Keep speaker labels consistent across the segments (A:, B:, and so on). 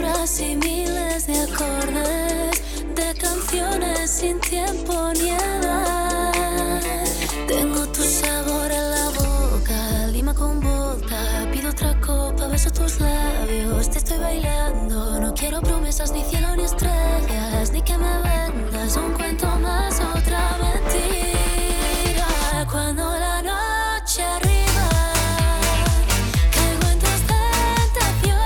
A: miles y miles de acordes, de canciones sin tiempo ni edad. Tengo tu sabor en la boca, lima con vodka, pido otra copa, beso tus labios, te estoy bailando, no quiero promesas ni cielo ni estrellas, ni que me vendas un cuento más, otra mentira. Cuando la noche arriba, caigo en tus tentaciones,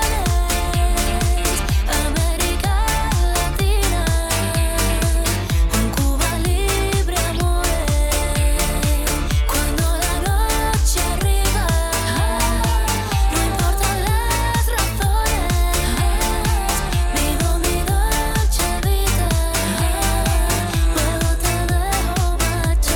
A: América Latina, un Cuba libre amores. Cuando la noche arriba, no importan las razones, vivo mi noche vida, luego te dejo marchar.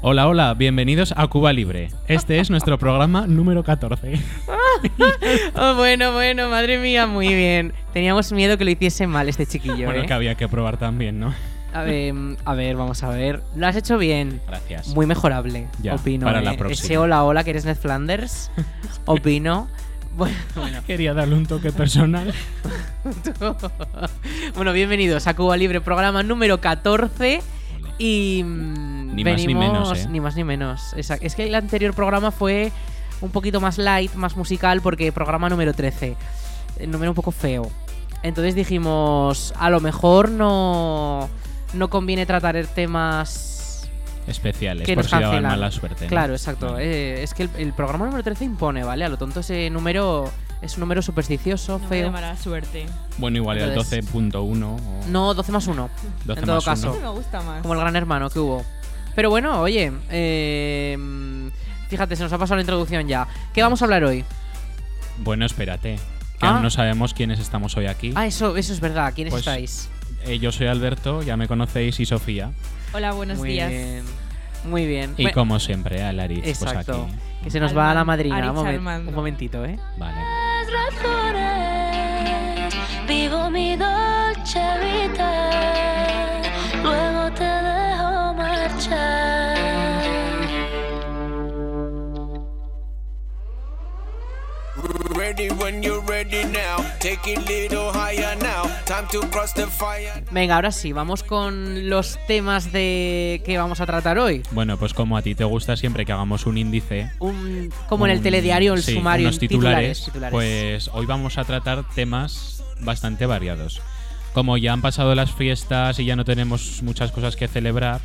B: Hola, hola, bienvenidos a Cuba Libre. Este es nuestro programa número 14.
C: Oh, bueno, bueno, madre mía, muy bien. Teníamos miedo que lo hiciese mal este chiquillo.
B: Bueno,
C: ¿eh?
B: que había que probar también, ¿no?
C: a, ver, a ver, vamos a ver. Lo has hecho bien.
B: Gracias.
C: Muy mejorable,
B: Ya,
C: opino.
B: para
C: ¿eh?
B: la próxima.
C: Ese hola, hola que eres Ned Flanders, opino. Bueno, bueno.
B: Quería darle un toque personal.
C: Bueno, bienvenidos a Cuba Libre, programa número 14. Y. mm,
B: Ni más ni
C: venimos,
B: menos, ¿eh?
C: Ni más ni menos. Esa- Es que el anterior programa fue un poquito más light, más musical, porque programa número 13. El número un poco feo. Entonces dijimos, a lo mejor no. No conviene tratar temas.
B: Especiales,
C: Que
B: por
C: nos
B: si daban
C: cancelan.
B: mala suerte. ¿no?
C: ah. Claro, exacto.
B: Vale.
C: Eh, es que el, el programa número 13 impone, ¿vale? A lo tonto ese número es un número supersticioso,
D: No me
C: feo.
D: da mala suerte.
B: Bueno, igual era
C: entonces-
B: 12.1 o
C: No, 12 más 1.
B: 12
C: en todo
B: más uno.
C: caso.
D: Ese me gusta más.
C: Como el gran hermano que hubo. Pero bueno, oye, eh, mm, fíjate, se nos ha pasado la introducción ya. ¿Qué vamos a hablar hoy?
B: Bueno, espérate. Que
C: Ah.
B: aún no sabemos quiénes estamos hoy aquí.
C: Ah, eso, eso es verdad. ¿Quiénes
B: Pues,
C: estáis?
B: Eh, yo soy Alberto, ya me conocéis, y Sofía.
D: Hola, buenos
C: Muy
D: días.
C: bien. Muy bien.
B: Y
C: Bueno,
B: como siempre, a Lariz,
C: exacto.
B: pues
C: Que se nos va a la
D: Armando-
C: madrina. Un,
D: Aritz
C: momen-
D: Armando.
C: un momentito, ¿eh?
B: aquí. Vale.
A: las razones. Vivo mi dolce vita, luego te dejo marchar.
E: Ready when you're ready now. Take it little higher now. Time to cross the fire.
C: Venga, ahora sí, vamos con los temas de que vamos a tratar hoy.
B: Bueno, pues como a ti te gusta siempre que hagamos un índice.
C: Un, como en el
B: un-
C: telediario, el
B: Mm, sí,
C: sumario.
B: unos
C: titulares,
B: titulares, Pues hoy vamos a tratar temas bastante variados. Como ya han pasado las fiestas y ya no tenemos muchas cosas que celebrar,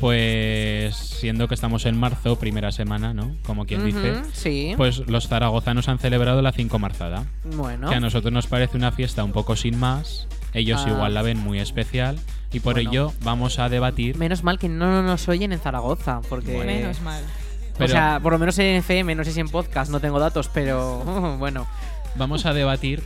B: pues siendo que estamos en marzo, primera semana, ¿no? Como quien dice,
C: Ujú, Sí.
B: pues los zaragozanos han celebrado la 5 marzada.
C: bueno.
B: Que a nosotros nos parece una fiesta un poco sin más, ellos
C: Ah.
B: igual la ven muy especial y por
C: Bueno.
B: ello vamos a debatir.
C: Menos mal que no nos oyen en Zaragoza, porque...
D: Menos mal.
C: O
B: Pero-
C: sea, por lo menos en FM, no sé si en podcast, no tengo datos, pero bueno.
B: Vamos a debatir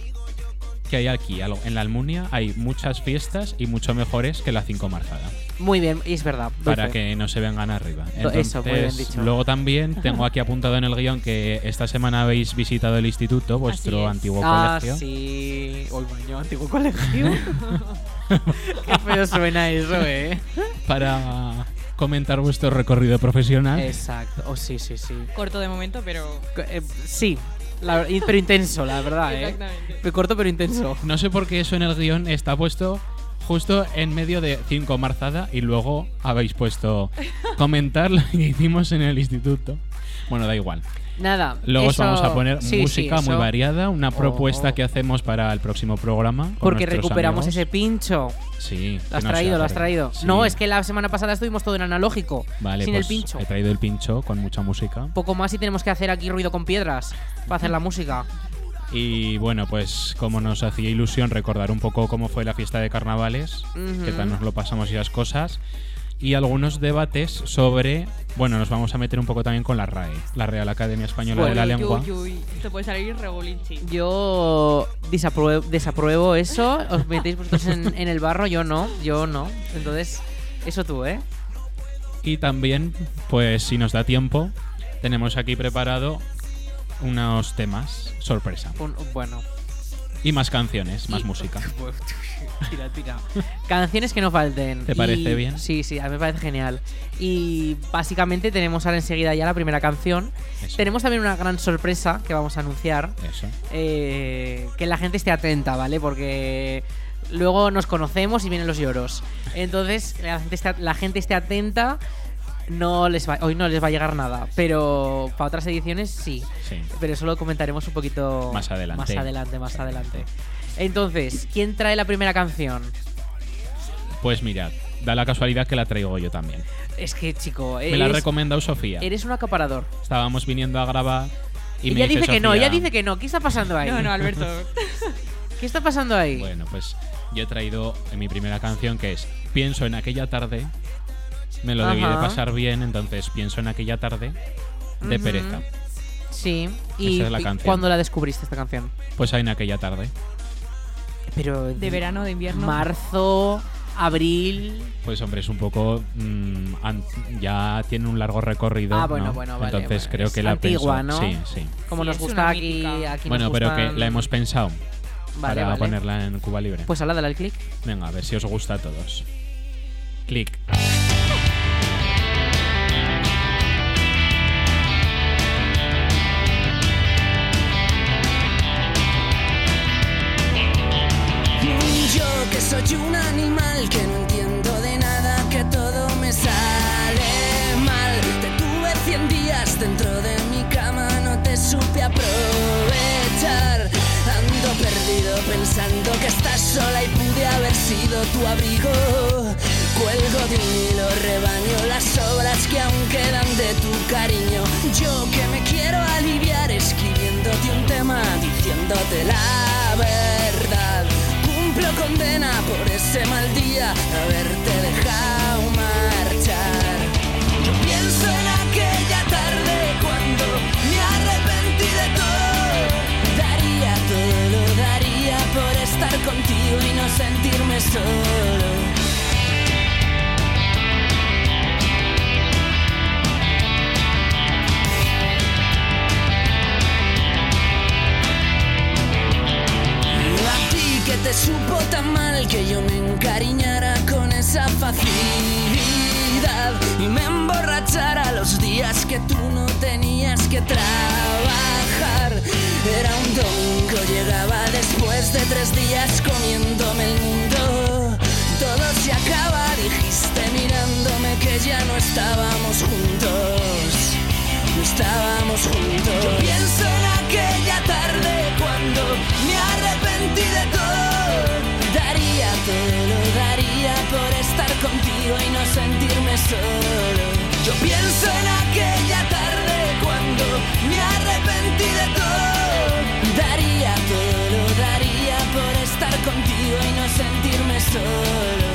B: que hay aquí. Algo- En la Almunia hay muchas fiestas y mucho mejores que la 5 marzada.
C: Muy bien, y es verdad. doy
B: Para
C: fe.
B: que no se vengan arriba.
C: Lo-
B: Entonces,
C: eso, muy bien dicho.
B: luego también tengo aquí apuntado en el guión que esta semana habéis visitado el instituto, vuestro
D: es.
B: antiguo
C: Ah,
B: colegio.
C: sí. Uy, baño, antiguo colegio. Qué feo suena eso, ¿eh?
B: Para comentar vuestro recorrido profesional.
C: Exacto. Oh, sí, sí, sí.
D: Corto de momento, pero.
C: Co- eh, sí, la- y- pero intenso, la verdad, ¿eh?
D: Exactamente.
C: Pe- Corto pero intenso.
B: No sé por qué eso en el guión está puesto justo en medio de 5 marzada y luego habéis puesto comentar lo que hicimos en el instituto. Bueno, da igual.
C: Nada.
B: Luego os
C: eso-
B: vamos a poner
C: sí, sí,
B: música muy
C: eso,
B: variada, una propuesta
C: oh.
B: que hacemos para el próximo programa. con
C: Porque
B: nuestros
C: recuperamos
B: amigos.
C: ese pincho.
B: Sí. que
C: Lo has
B: no se
C: traído, lo has
B: hace.
C: traído.
B: Sí.
C: No, es que la semana pasada estuvimos todo en analógico.
B: Vale,
C: sin
B: pues
C: el pincho.
B: He traído el pincho con mucha música.
C: Poco más y tenemos que hacer aquí ruido con piedras para hacer la música.
B: Y bueno, pues como nos hacía ilusión recordar un poco cómo fue la fiesta de carnavales,
C: Ujú.
B: qué tal nos lo pasamos y las cosas, y algunos debates sobre. Bueno, nos vamos a meter un poco también con la RAE, la Real Academia Española de la
D: Uy, uy,
B: Lengua.
D: uy, uy. Esto puede salir regulinchi.
C: Yo desapruebo, desapruebo eso. Os metéis vosotros en, en el barro, yo no, yo no. Entonces, eso tú, ¿eh?
B: Y también, pues si nos da tiempo, tenemos aquí preparado unos temas sorpresa.
C: Un- bueno.
B: Y más canciones, más
C: Y-
B: música.
C: tira, tira. Canciones que no falten.
B: ¿Te
C: Y-
B: parece bien?
C: Sí, sí, a mí me parece genial. Y básicamente tenemos ahora enseguida ya la primera canción.
B: Eso,
C: Tenemos también una gran sorpresa que vamos a anunciar.
B: eso.
C: eh, que la gente esté atenta, ¿vale? Porque luego nos conocemos y vienen los lloros. Entonces, la gente esté, la gente esté atenta. No les va- hoy no les va a llegar nada, pero para otras ediciones sí.
B: Sí.
C: Pero eso lo comentaremos un poquito
B: Más adelante.
C: Más adelante, más
B: Más adelante.
C: adelante. Entonces, ¿quién trae la primera canción?
B: Pues mirad, da la casualidad que la traigo yo también.
C: Es que, chico,
B: Me la ha
C: eres-
B: recomendado Sofía.
C: eres un acaparador.
B: Estábamos viniendo a grabar y
C: ella
B: me
C: dice, que no,
B: Sofía,
C: ella dice que no. ¿Qué está pasando ahí?
D: No, no, Alberto.
C: ¿Qué está pasando ahí?
B: Bueno, pues yo he traído mi primera canción que es Pienso en aquella tarde. Me lo debí de
C: Ajá.
B: pasar bien, entonces pienso en aquella tarde de
C: Ujú.
B: pereza.
C: sí. ¿Y,
B: esa es la
C: y
B: canción.
C: cuándo la descubriste esta canción?
B: Pues hay en aquella tarde.
C: Pero
D: De verano, de invierno.
C: Marzo, abril.
B: Pues hombre, es un poco mm, an- ya tiene un largo recorrido.
C: Ah, bueno,
B: ¿no?
C: bueno, vale,
B: Entonces
C: bueno,
B: creo
C: es
B: que la
C: antigua,
B: pienso-
C: ¿no?
B: Sí, sí.
C: Como
D: Sí,
C: nos
D: es
C: gusta
D: una
C: aquí,
D: mítica.
C: aquí nos
B: Bueno, pero que
C: gustan-
B: la hemos pensado
C: Vale,
B: para
C: vale.
B: ponerla en Cuba Libre.
C: Pues habla, dale al clic.
B: Venga, a ver si os gusta a todos. Clic.
F: Yo que soy un animal que no entiendo de nada, que todo me sale mal. Te tuve 100 días dentro de mi cama, no te supe aprovechar. Ando perdido pensando que estás sola y pude haber sido tu abrigo. Cuelgo de un hilo, rebaño las obras que aún quedan de tu cariño. Yo que me quiero aliviar escribiéndote un tema, diciéndote la verdad. Cumplo condena por ese mal día de haberte dejado marchar. Yo pienso en aquella tarde cuando me arrepentí de todo. Daría todo, daría por estar contigo y no sentirme solo. A ti que te supo tan mal que yo me encariñara con esa facilidad y me emborrachara los días que tú no tenías que trabajar. Era un domingo, llegaba después de tres días comiéndome el mundo. Todo se acaba, dijiste mirándome que ya no estábamos juntos no estábamos juntos. Yo pienso en aquella tarde cuando me arrepentí de todo. Daría todo, daría por estar contigo y no sentirme solo. Yo pienso en aquella tarde cuando me arrepentí de todo. Daría todo, daría por estar contigo y no sentirme solo.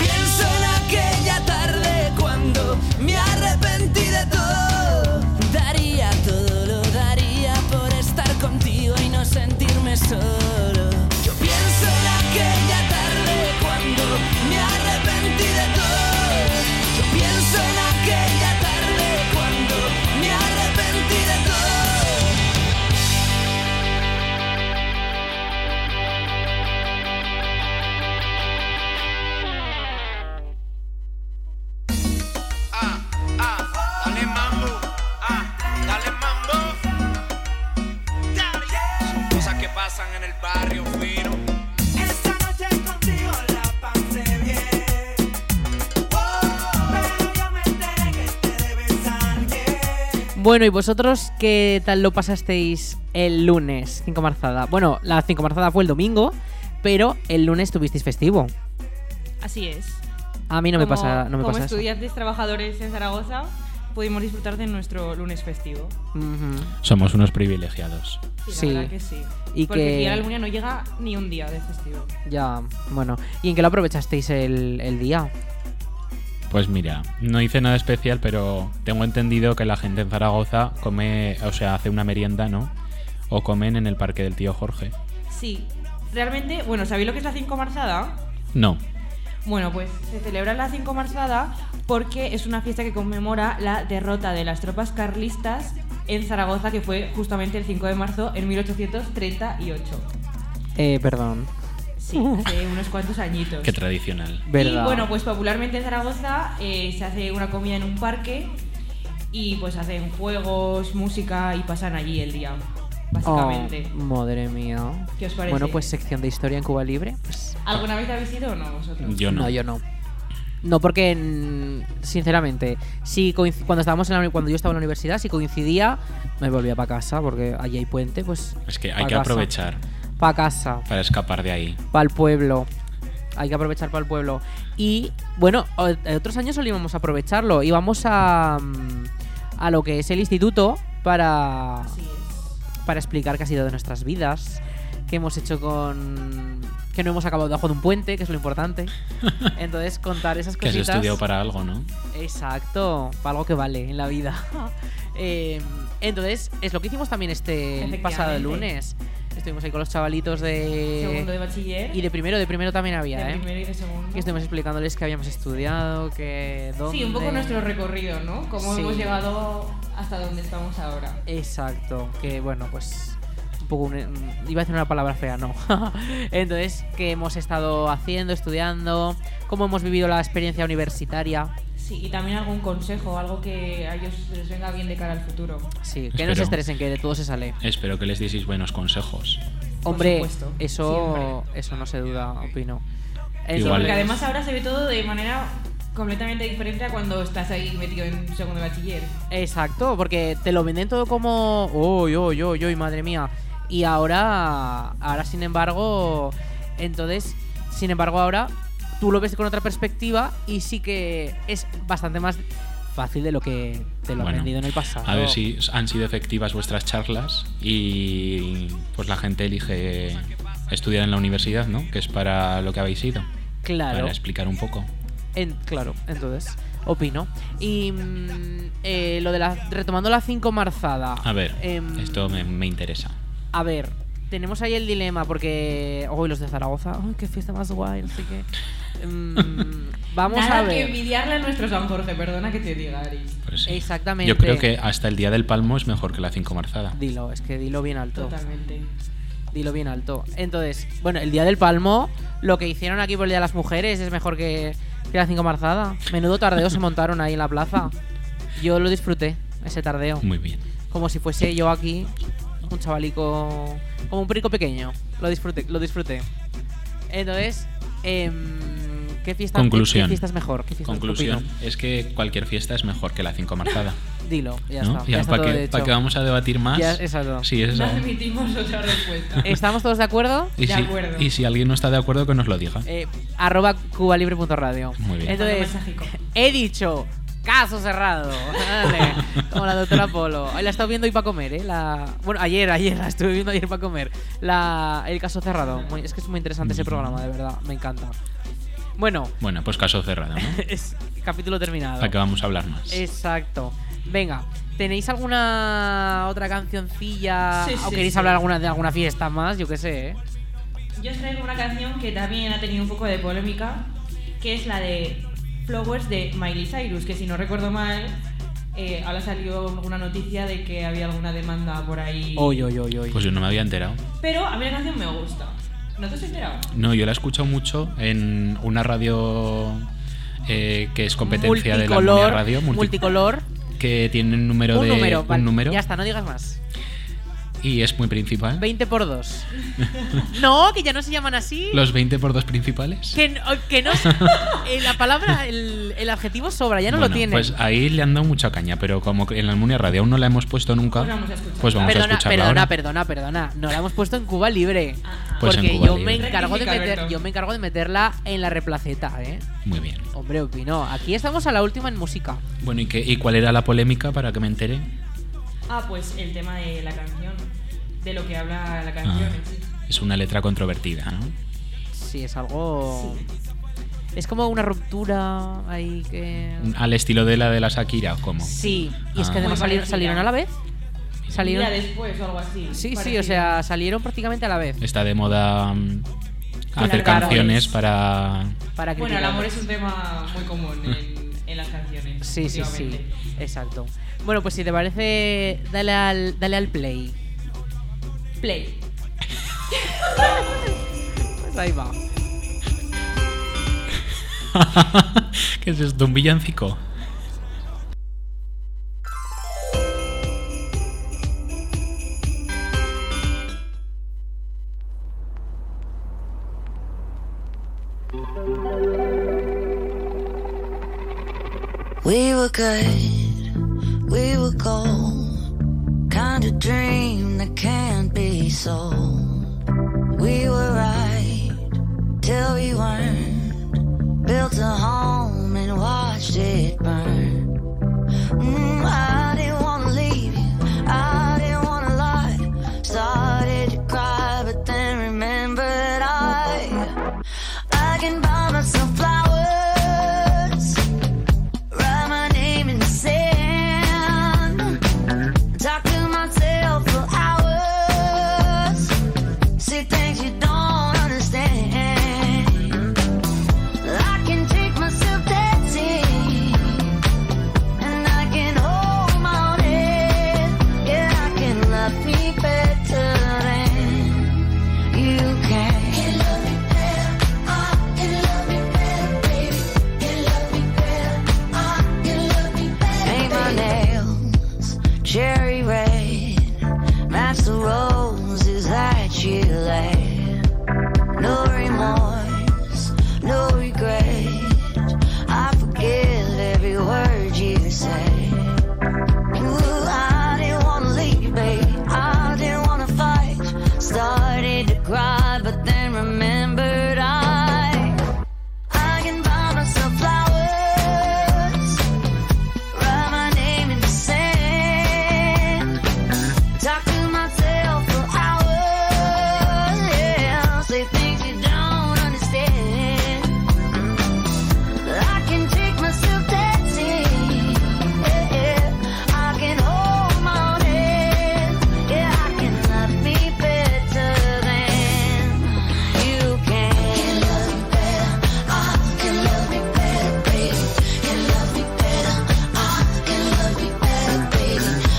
F: Pienso en aquella tarde cuando me arrepentí de todo. Daría todo, lo daría por estar contigo y no sentirme solo. Yo pienso en aquella tarde cuando me arrepentí de todo. Yo pienso en aquella tarde cuando me arrepentí de todo.
E: Ah, ah, dale mambo. Ah, dale mambo. Son cosas que pasan en el barrio fino.
G: Esta noche contigo la pasé bien, pero yo me enteré que te debes a alguien.
C: Bueno, ¿y vosotros qué tal lo pasasteis el lunes, 5 marzada? Bueno, la 5 marzada fue el domingo, pero el lunes tuvisteis festivo.
D: Así es.
C: A mí no me
D: Como-
C: pasa, no me
D: como
C: pasa eso.
D: estudiantes trabajadores en Zaragoza, pudimos disfrutar de nuestro lunes festivo.
C: Ujú.
B: Somos unos privilegiados.
D: Sí,
C: Sí.
D: la verdad que sí.
C: Y
D: Porque
C: que-
D: aquí a la Almunia no llega ni un día de festivo.
C: Ya, bueno. ¿Y en qué lo aprovechasteis el, el día?
B: Pues mira, no hice nada especial, pero tengo entendido que la gente en Zaragoza come, o sea, hace una merienda, ¿no? O comen en el parque del tío Jorge.
D: Sí. Realmente, bueno, ¿sabéis lo que es la 5 Marzada?
B: No,
D: Bueno, pues se celebra la 5 Marzada porque es una fiesta que conmemora la derrota de las tropas carlistas en Zaragoza, que fue justamente el 5 de marzo en 1838.
C: Eh, perdón.
D: Sí, hace unos cuantos añitos.
B: qué tradicional.
C: ¿Verdad?
D: Y bueno, pues popularmente en Zaragoza eh, se hace una comida en un parque y pues hacen juegos, música y pasan allí el día, básicamente.
C: Oh, madre mía.
D: ¿Qué os parece?
C: Bueno, pues sección de historia en Cuba Libre. Pues,
D: ¿Alguna vez habéis ido o no vosotros?
B: Yo no.
C: yo no. No, porque mm, sinceramente, si coinc- cuando estábamos en la uni- cuando yo estaba en la universidad, si coincidía, me volvía para casa, porque allí hay puente, pues.
B: Es que hay que aprovechar
C: Para casa,
B: para escapar de ahí.
C: para el pueblo. Hay que aprovechar para el pueblo. Y bueno, o- eh, otros años solíamos aprovecharlo. Íbamos a, mm, a lo que es el instituto para,
D: Así es.
C: para explicar qué ha sido de nuestras vidas, qué hemos hecho con... que no hemos acabado debajo de un puente, que es lo importante. Entonces, contar esas
B: Que has
C: cositas...
B: estudiado para algo, ¿no?
C: Exacto, para algo que vale en la vida. Eh, entonces, es lo que hicimos también este pasado
D: Efectivamente.
C: lunes. Estuvimos ahí con los chavalitos
D: Segundo
C: de...
D: de bachiller.
C: Eh, Y de primero, de primero también había,
D: de
C: ¿eh?
D: primero y de segundo.
C: Que estuvimos explicándoles que habíamos estudiado, que... Dónde...
D: Sí, un poco nuestro recorrido, ¿no? Cómo
C: Sí.
D: hemos llegado hasta donde estamos ahora.
C: Exacto, que bueno, pues un poco un- un- iba a decir una palabra fea, no. Entonces, que hemos estado haciendo, estudiando, cómo hemos vivido la experiencia universitaria.
D: Sí, y también algún consejo, algo que a ellos les venga bien de cara al futuro.
C: Sí, que no
B: Espero.
C: se estresen, que de todo se sale.
B: Espero que les dieseis buenos consejos.
D: Por
C: Hombre,
D: supuesto,
C: eso eso no se duda, opino. Eso
B: Igual.
D: Porque
C: es-
D: además ahora se ve todo de manera completamente diferente a cuando estás ahí metido en segundo de bachiller.
C: Exacto, porque te lo venden todo como. Oh, yo, yo, yo, y madre mía. Y ahora. Ahora, sin embargo. Entonces, sin embargo, ahora tú lo ves con otra perspectiva y sí que es bastante más fácil de lo que te lo han
B: Bueno,
C: vendido en el pasado.
B: A ver si han sido efectivas vuestras charlas y pues la gente elige estudiar en la universidad, ¿no? Que es para lo que habéis ido.
C: Claro.
B: Para explicar un poco.
C: En- claro, entonces, opino. Y mm, eh, lo de la. Retomando la 5 marzada.
B: A ver,
C: em,
B: esto me, me interesa.
C: A ver, tenemos ahí el dilema porque. Hoy los de Zaragoza. ¡Ay, qué fiesta más guay! Así que. mm, vamos
D: Nada
C: a
D: que
C: ver.
D: envidiarle a nuestro San Jorge, perdona que te diga, Ari.
B: Pues sí.
C: Exactamente.
B: Yo creo que hasta el día del palmo es mejor que la 5 marzada.
C: Dilo, es que dilo bien alto.
D: Totalmente.
C: Dilo bien alto. Entonces, bueno, el Día del Palmo, lo que hicieron aquí por el Día de las Mujeres es mejor que, que la 5 marzada. Menudo tardeo se montaron ahí en la plaza. Yo lo disfruté, ese tardeo.
B: Muy bien.
C: Como si fuese yo aquí, un chavalico, como un perico pequeño. Lo disfruté, lo disfruté. Entonces, em, ¿qué fiesta
B: Conclusión.
C: qué fiesta es mejor? ¿Qué fiesta es
B: Conclusión
C: opino?
B: es que cualquier fiesta es mejor que la 5 marzada.
C: Dilo, ya
B: ¿no?
C: está.
B: Ya,
C: Ya está
B: ¿Para
C: todo
B: qué,
C: hecho.
B: para qué vamos a debatir más?
C: Ya, exacto.
B: Sí, eso.
D: No admitimos otra respuesta.
C: ¿Estamos todos de acuerdo?
B: Y
D: De
B: si,
D: acuerdo.
B: y si alguien no está de acuerdo, que nos lo diga.
C: Eh, arroba cubalibre.radio.
B: Muy bien.
C: Entonces,
D: Mando mensajico.
C: he dicho, caso cerrado. Dale, como la doctora Polo. Ay, La he estado viendo hoy para comer, ¿eh? La... Bueno, ayer, ayer, la estuve viendo ayer para comer. La... El caso cerrado. Muy- Es que es muy interesante ese programa, de verdad. Me encanta. Bueno,
B: Bueno, pues caso cerrado, ¿no?
C: es capítulo terminado.
B: ¿Para qué vamos a hablar más?
C: Exacto. Venga, ¿tenéis alguna otra cancioncilla?
D: Sí,
C: ¿O
D: sí,
C: queréis
D: sí.
C: hablar alguna de alguna fiesta más? Yo qué sé, ¿eh?
D: Yo os traigo una canción que también ha tenido un poco de polémica, que es la de Flowers de Miley Cyrus, que si no recuerdo mal, eh, ahora salió alguna noticia de que había alguna demanda por ahí.
C: Oy, oy, oy, oy.
B: Pues yo no me había enterado.
D: Pero a mí la canción me gusta. ¿No te has enterado?
B: No, yo la he escuchado mucho en una radio eh, que es competencia de la Almunia Radio, multi-
C: multicolor.
B: que tiene un número
C: un
B: de
C: número,
B: un
C: vale.
B: número.
C: Ya está, no digas más.
B: Y es muy principal.
C: 20 por 2. no, que ya no se llaman así.
B: Los 20 por dos principales.
C: Que, no- que no. eh, la palabra, el, el adjetivo sobra, ya no
B: Bueno,
C: lo tienen.
B: Pues ahí le han dado mucha caña, pero como que en la Almunia Radio aún no la hemos puesto nunca,
D: Pues vamos a escuchar.
B: pues vamos a
C: perdona,
B: escucharla
C: perdona,
B: ahora.
C: perdona, perdona. No la hemos puesto en Cuba Libre.
B: Pues en
C: porque
B: Cuba
C: yo,
B: Libre.
C: Me encargo de
D: Rectifica,
C: meter,
D: Alberto.
C: yo me encargo de meterla en la replaceta, ¿eh?
B: Muy bien.
C: Hombre, opino. Aquí estamos a la última en música.
B: Bueno, ¿y, qué, ¿y cuál era la polémica para que me entere?
D: Ah, pues el tema de la canción, de lo que habla la canción
B: Ah.
D: en sí.
B: Es una letra controvertida, ¿no?
C: Sí, es algo. Es como una ruptura ahí que.
B: Un- Al estilo de la de la Shakira, ¿o cómo?
C: Sí, y es
B: Ah.
C: que además salieron,
D: Muy parecida.
C: salieron a la vez.
D: Día
C: Salieron.
D: después o algo así.
C: Sí, sí,
D: parecido.
C: o sea, salieron prácticamente a la vez.
B: Está de moda mm, hacer
C: Claro,
B: canciones
D: es-
B: para...
C: Para
D: Bueno, el
C: criticarlos.
D: amor es un tema muy común en, en las canciones.
C: Mm. Sí, sí, sí.
D: últimamente.
C: Exacto. Bueno, pues si te parece, dale al, dale al play.
D: Play.
C: Pues ahí va.
B: ¿Qué es esto? ¿Un villancico?
A: We were good, we were gold. Kind of dream that can't be sold. We were right till we weren't. Built a home and watched it burn. Mm, I didn't wanna leave you, I didn't wanna lie. Started to cry, but then remembered I. I can buy myself flowers. Write my name in the sand. Talk to myself for hours. See things you don't understand. I can take myself dancing. And I can hold my own head. Yeah, I can love me better than you can. Can love me better. I can love me better, baby. Can love me better. I can love me better. Paint my nails cherry red. Match the roses that you laid. No remorse, no regret. I forgive every word you say. Ooh, I didn't wanna leave, babe. I didn't wanna fight. Started to cry, but then remembered I. I can buy myself flowers. Write my name in the sand. Talk to myself for hours. Yeah, say things you don't understand. I can take myself dancing. Yeah, yeah. I can hold my own head. Yeah, I can love me better than you can. Can love me better. I can love me better, baby. Can love me better. I can love me better, baby.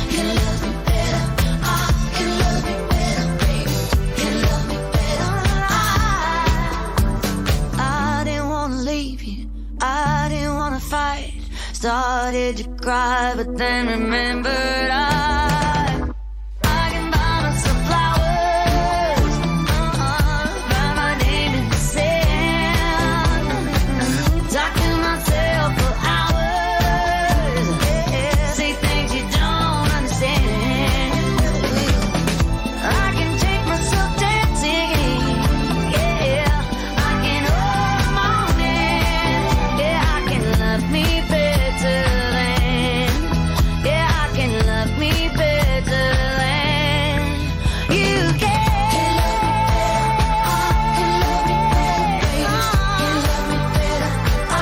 A: Can love me better. I can love me better, baby. Can love me better. I didn't wanna leave you. I didn't wanna fight. Started to cry, but then remembered I. I can buy myself flowers. Uh-uh. Write my name in the sand. Talk to myself for hours. Yeah. Say things you don't understand. I can take myself dancing, yeah. I can hold my own hand, yeah. I can love me better than, yeah. I can love me better than you can. Can love me better, can love me better,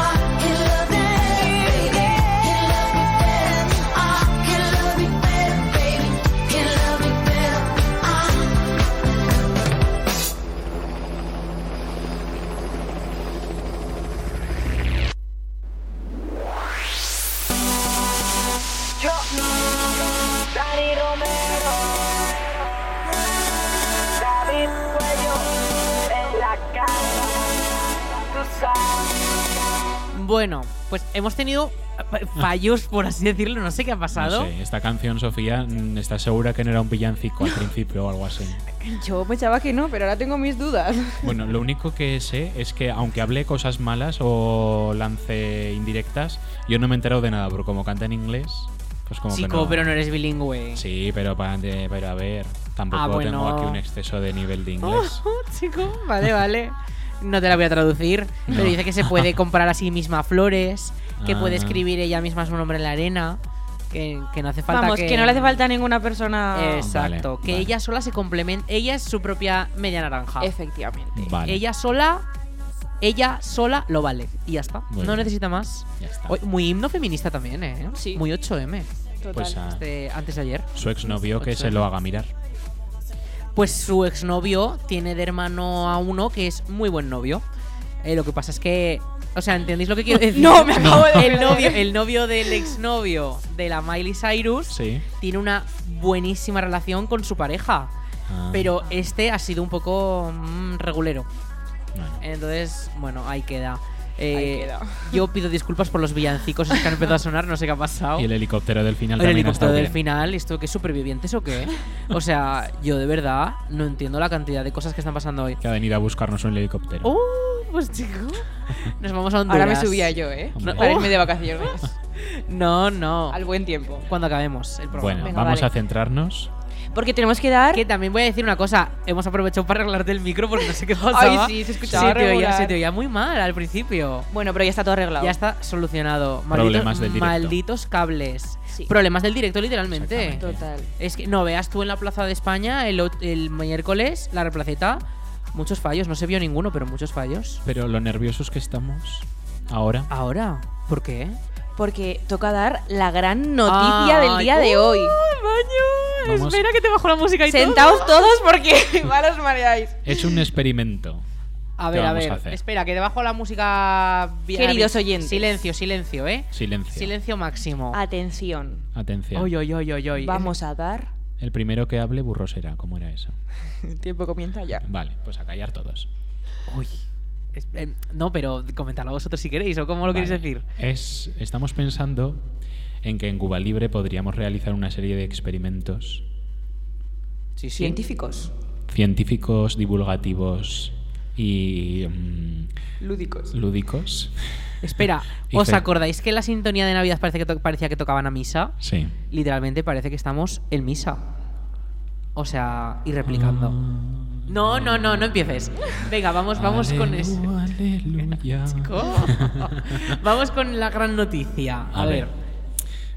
A: I can love me better, can love me better, I can love me better, baby, can love me better, I.
H: Dani Romero, David Cuello, en la casa, tú sabes.
C: Bueno, pues hemos tenido fallos, por así decirlo, no sé qué ha pasado.
B: No sé, esta canción, Sofía, mm, ¿estás segura que no era un villancico al principio o algo así?
I: Yo pensaba que no, pero ahora tengo mis dudas.
B: Bueno, lo único que sé es que aunque hable cosas malas o lance indirectas, yo no me he enterado de nada, porque como canta en inglés, pues como que
C: Chico,
B: no.
C: pero no eres bilingüe.
B: Sí, pero, pa- de- pero a ver, tampoco
C: Ah, bueno.
B: tengo aquí un exceso de nivel de inglés.
C: Chico, vale, vale. No te la voy a traducir, pero
B: No.
C: dice que se puede comprar a sí misma flores, que puede
B: Ah.
C: escribir ella misma su nombre en la arena, que, que no hace falta
I: Vamos, que... no le hace falta a ninguna persona.
C: Exacto,
B: Ah, Vale,
C: que
B: vale.
C: ella sola se complementa, ella es su propia media naranja.
I: Efectivamente.
B: Vale,
C: Ella sola, ella sola lo vale y ya está.
B: Muy
C: no
B: bien.
C: necesita más.
B: ya está.
C: Oy, Muy himno feminista también, ¿eh?
I: Sí.
C: Muy 8M.
I: Total.
B: Pues a
C: Este, antes de ayer.
B: su exnovio que
C: Ocho.
B: se lo haga mirar.
C: Pues su exnovio tiene de hermano a uno que es muy buen novio. Eh, lo que pasa es que. O sea, ¿entendéis lo que quiero decir?
I: No, me acabo de
C: El
I: perder.
C: novio, el novio del exnovio de la Miley Cyrus
B: Sí.
C: tiene una buenísima relación con su pareja.
B: Ah,
C: Pero este ha sido un poco mm, regulero.
B: bueno.
C: Entonces, bueno, ahí queda.
I: Ahí
C: Eh,
I: queda.
C: Yo pido disculpas por los villancicos esos que han empezado a sonar, no sé qué ha pasado.
B: Y el helicóptero del final
C: El
B: también ha
C: helicóptero
B: estado
C: del
B: bien.
C: final, ¿esto qué supervivientes o qué? O sea, yo de verdad no entiendo la cantidad de cosas que están pasando hoy.
B: Que ha venido a buscarnos un helicóptero.
C: ¡Oh! Pues chico. Nos vamos a Honduras.
I: Ahora me subía yo, ¿eh?
B: Hombre.
I: Para
B: Oh.
I: irme de vacaciones.
C: No, no.
I: al buen tiempo.
C: Cuando acabemos el programa.
B: bueno,
I: Venga,
B: vamos
I: vale.
B: a centrarnos.
I: Porque tenemos que dar.
C: Que también voy a decir una cosa. Hemos aprovechado para arreglarte el micro porque no sé qué pasaba.
I: Ay, sí, se escuchaba
C: se te, oía,
I: regular.
C: se te oía muy mal al principio.
I: Bueno, pero ya está todo arreglado.
C: Ya está solucionado. Malditos,
B: Problemas del directo.
C: Malditos cables.
I: Sí.
C: Problemas del directo, literalmente.
B: Exactamente.
I: Total.
C: Es que no veas tú en la Plaza de España el, ot- el miércoles, la replaceta, muchos fallos. No se vio ninguno, pero muchos fallos.
B: Pero lo nerviosos que estamos ahora.
C: Ahora, ¿por qué?
I: Porque toca dar la gran noticia del
C: Ay,
I: día de hoy.
C: baño!
B: Vamos. espera
C: que te bajo la música
I: Sentaos todos porque malos mareáis.
B: Es un experimento.
C: A
B: ¿Qué
C: ver, a
B: vamos
C: ver.
B: a hacer?
C: espera, que te bajo la música. vi-
I: Queridos
C: a ver,
I: oyentes.
C: Silencio, silencio, ¿eh?
B: Silencio.
C: Silencio máximo.
I: Atención.
B: Atención.
C: Oy, oy, oy, oy, oy.
I: Vamos a dar.
B: El primero que hable, burro será. ¿Cómo era eso?
I: El tiempo comienza ya.
B: Vale, pues a callar todos.
C: Uy. Es- eh, No, pero comentadlo vosotros si queréis o cómo lo
B: Vale.
C: queréis decir.
B: Es, estamos pensando en que en Cuba Libre podríamos realizar una serie de experimentos
C: Sí, sí.
I: Científicos.
B: científicos, divulgativos y mm,
I: Lúdicos.
B: lúdicos.
C: Espera,
B: Y
C: ¿os
B: fe-
C: acordáis que la sintonía de Navidad parece que to- parecía que tocaban a misa?
B: Sí.
C: Literalmente parece que estamos en misa. O sea, y replicando.
B: Ah. Mm.
C: No, no, no, no empieces. Venga, vamos, Pues vamos con eso.
B: Aleluya.
C: vamos con la gran noticia. A,
B: A
C: ver.
B: ver.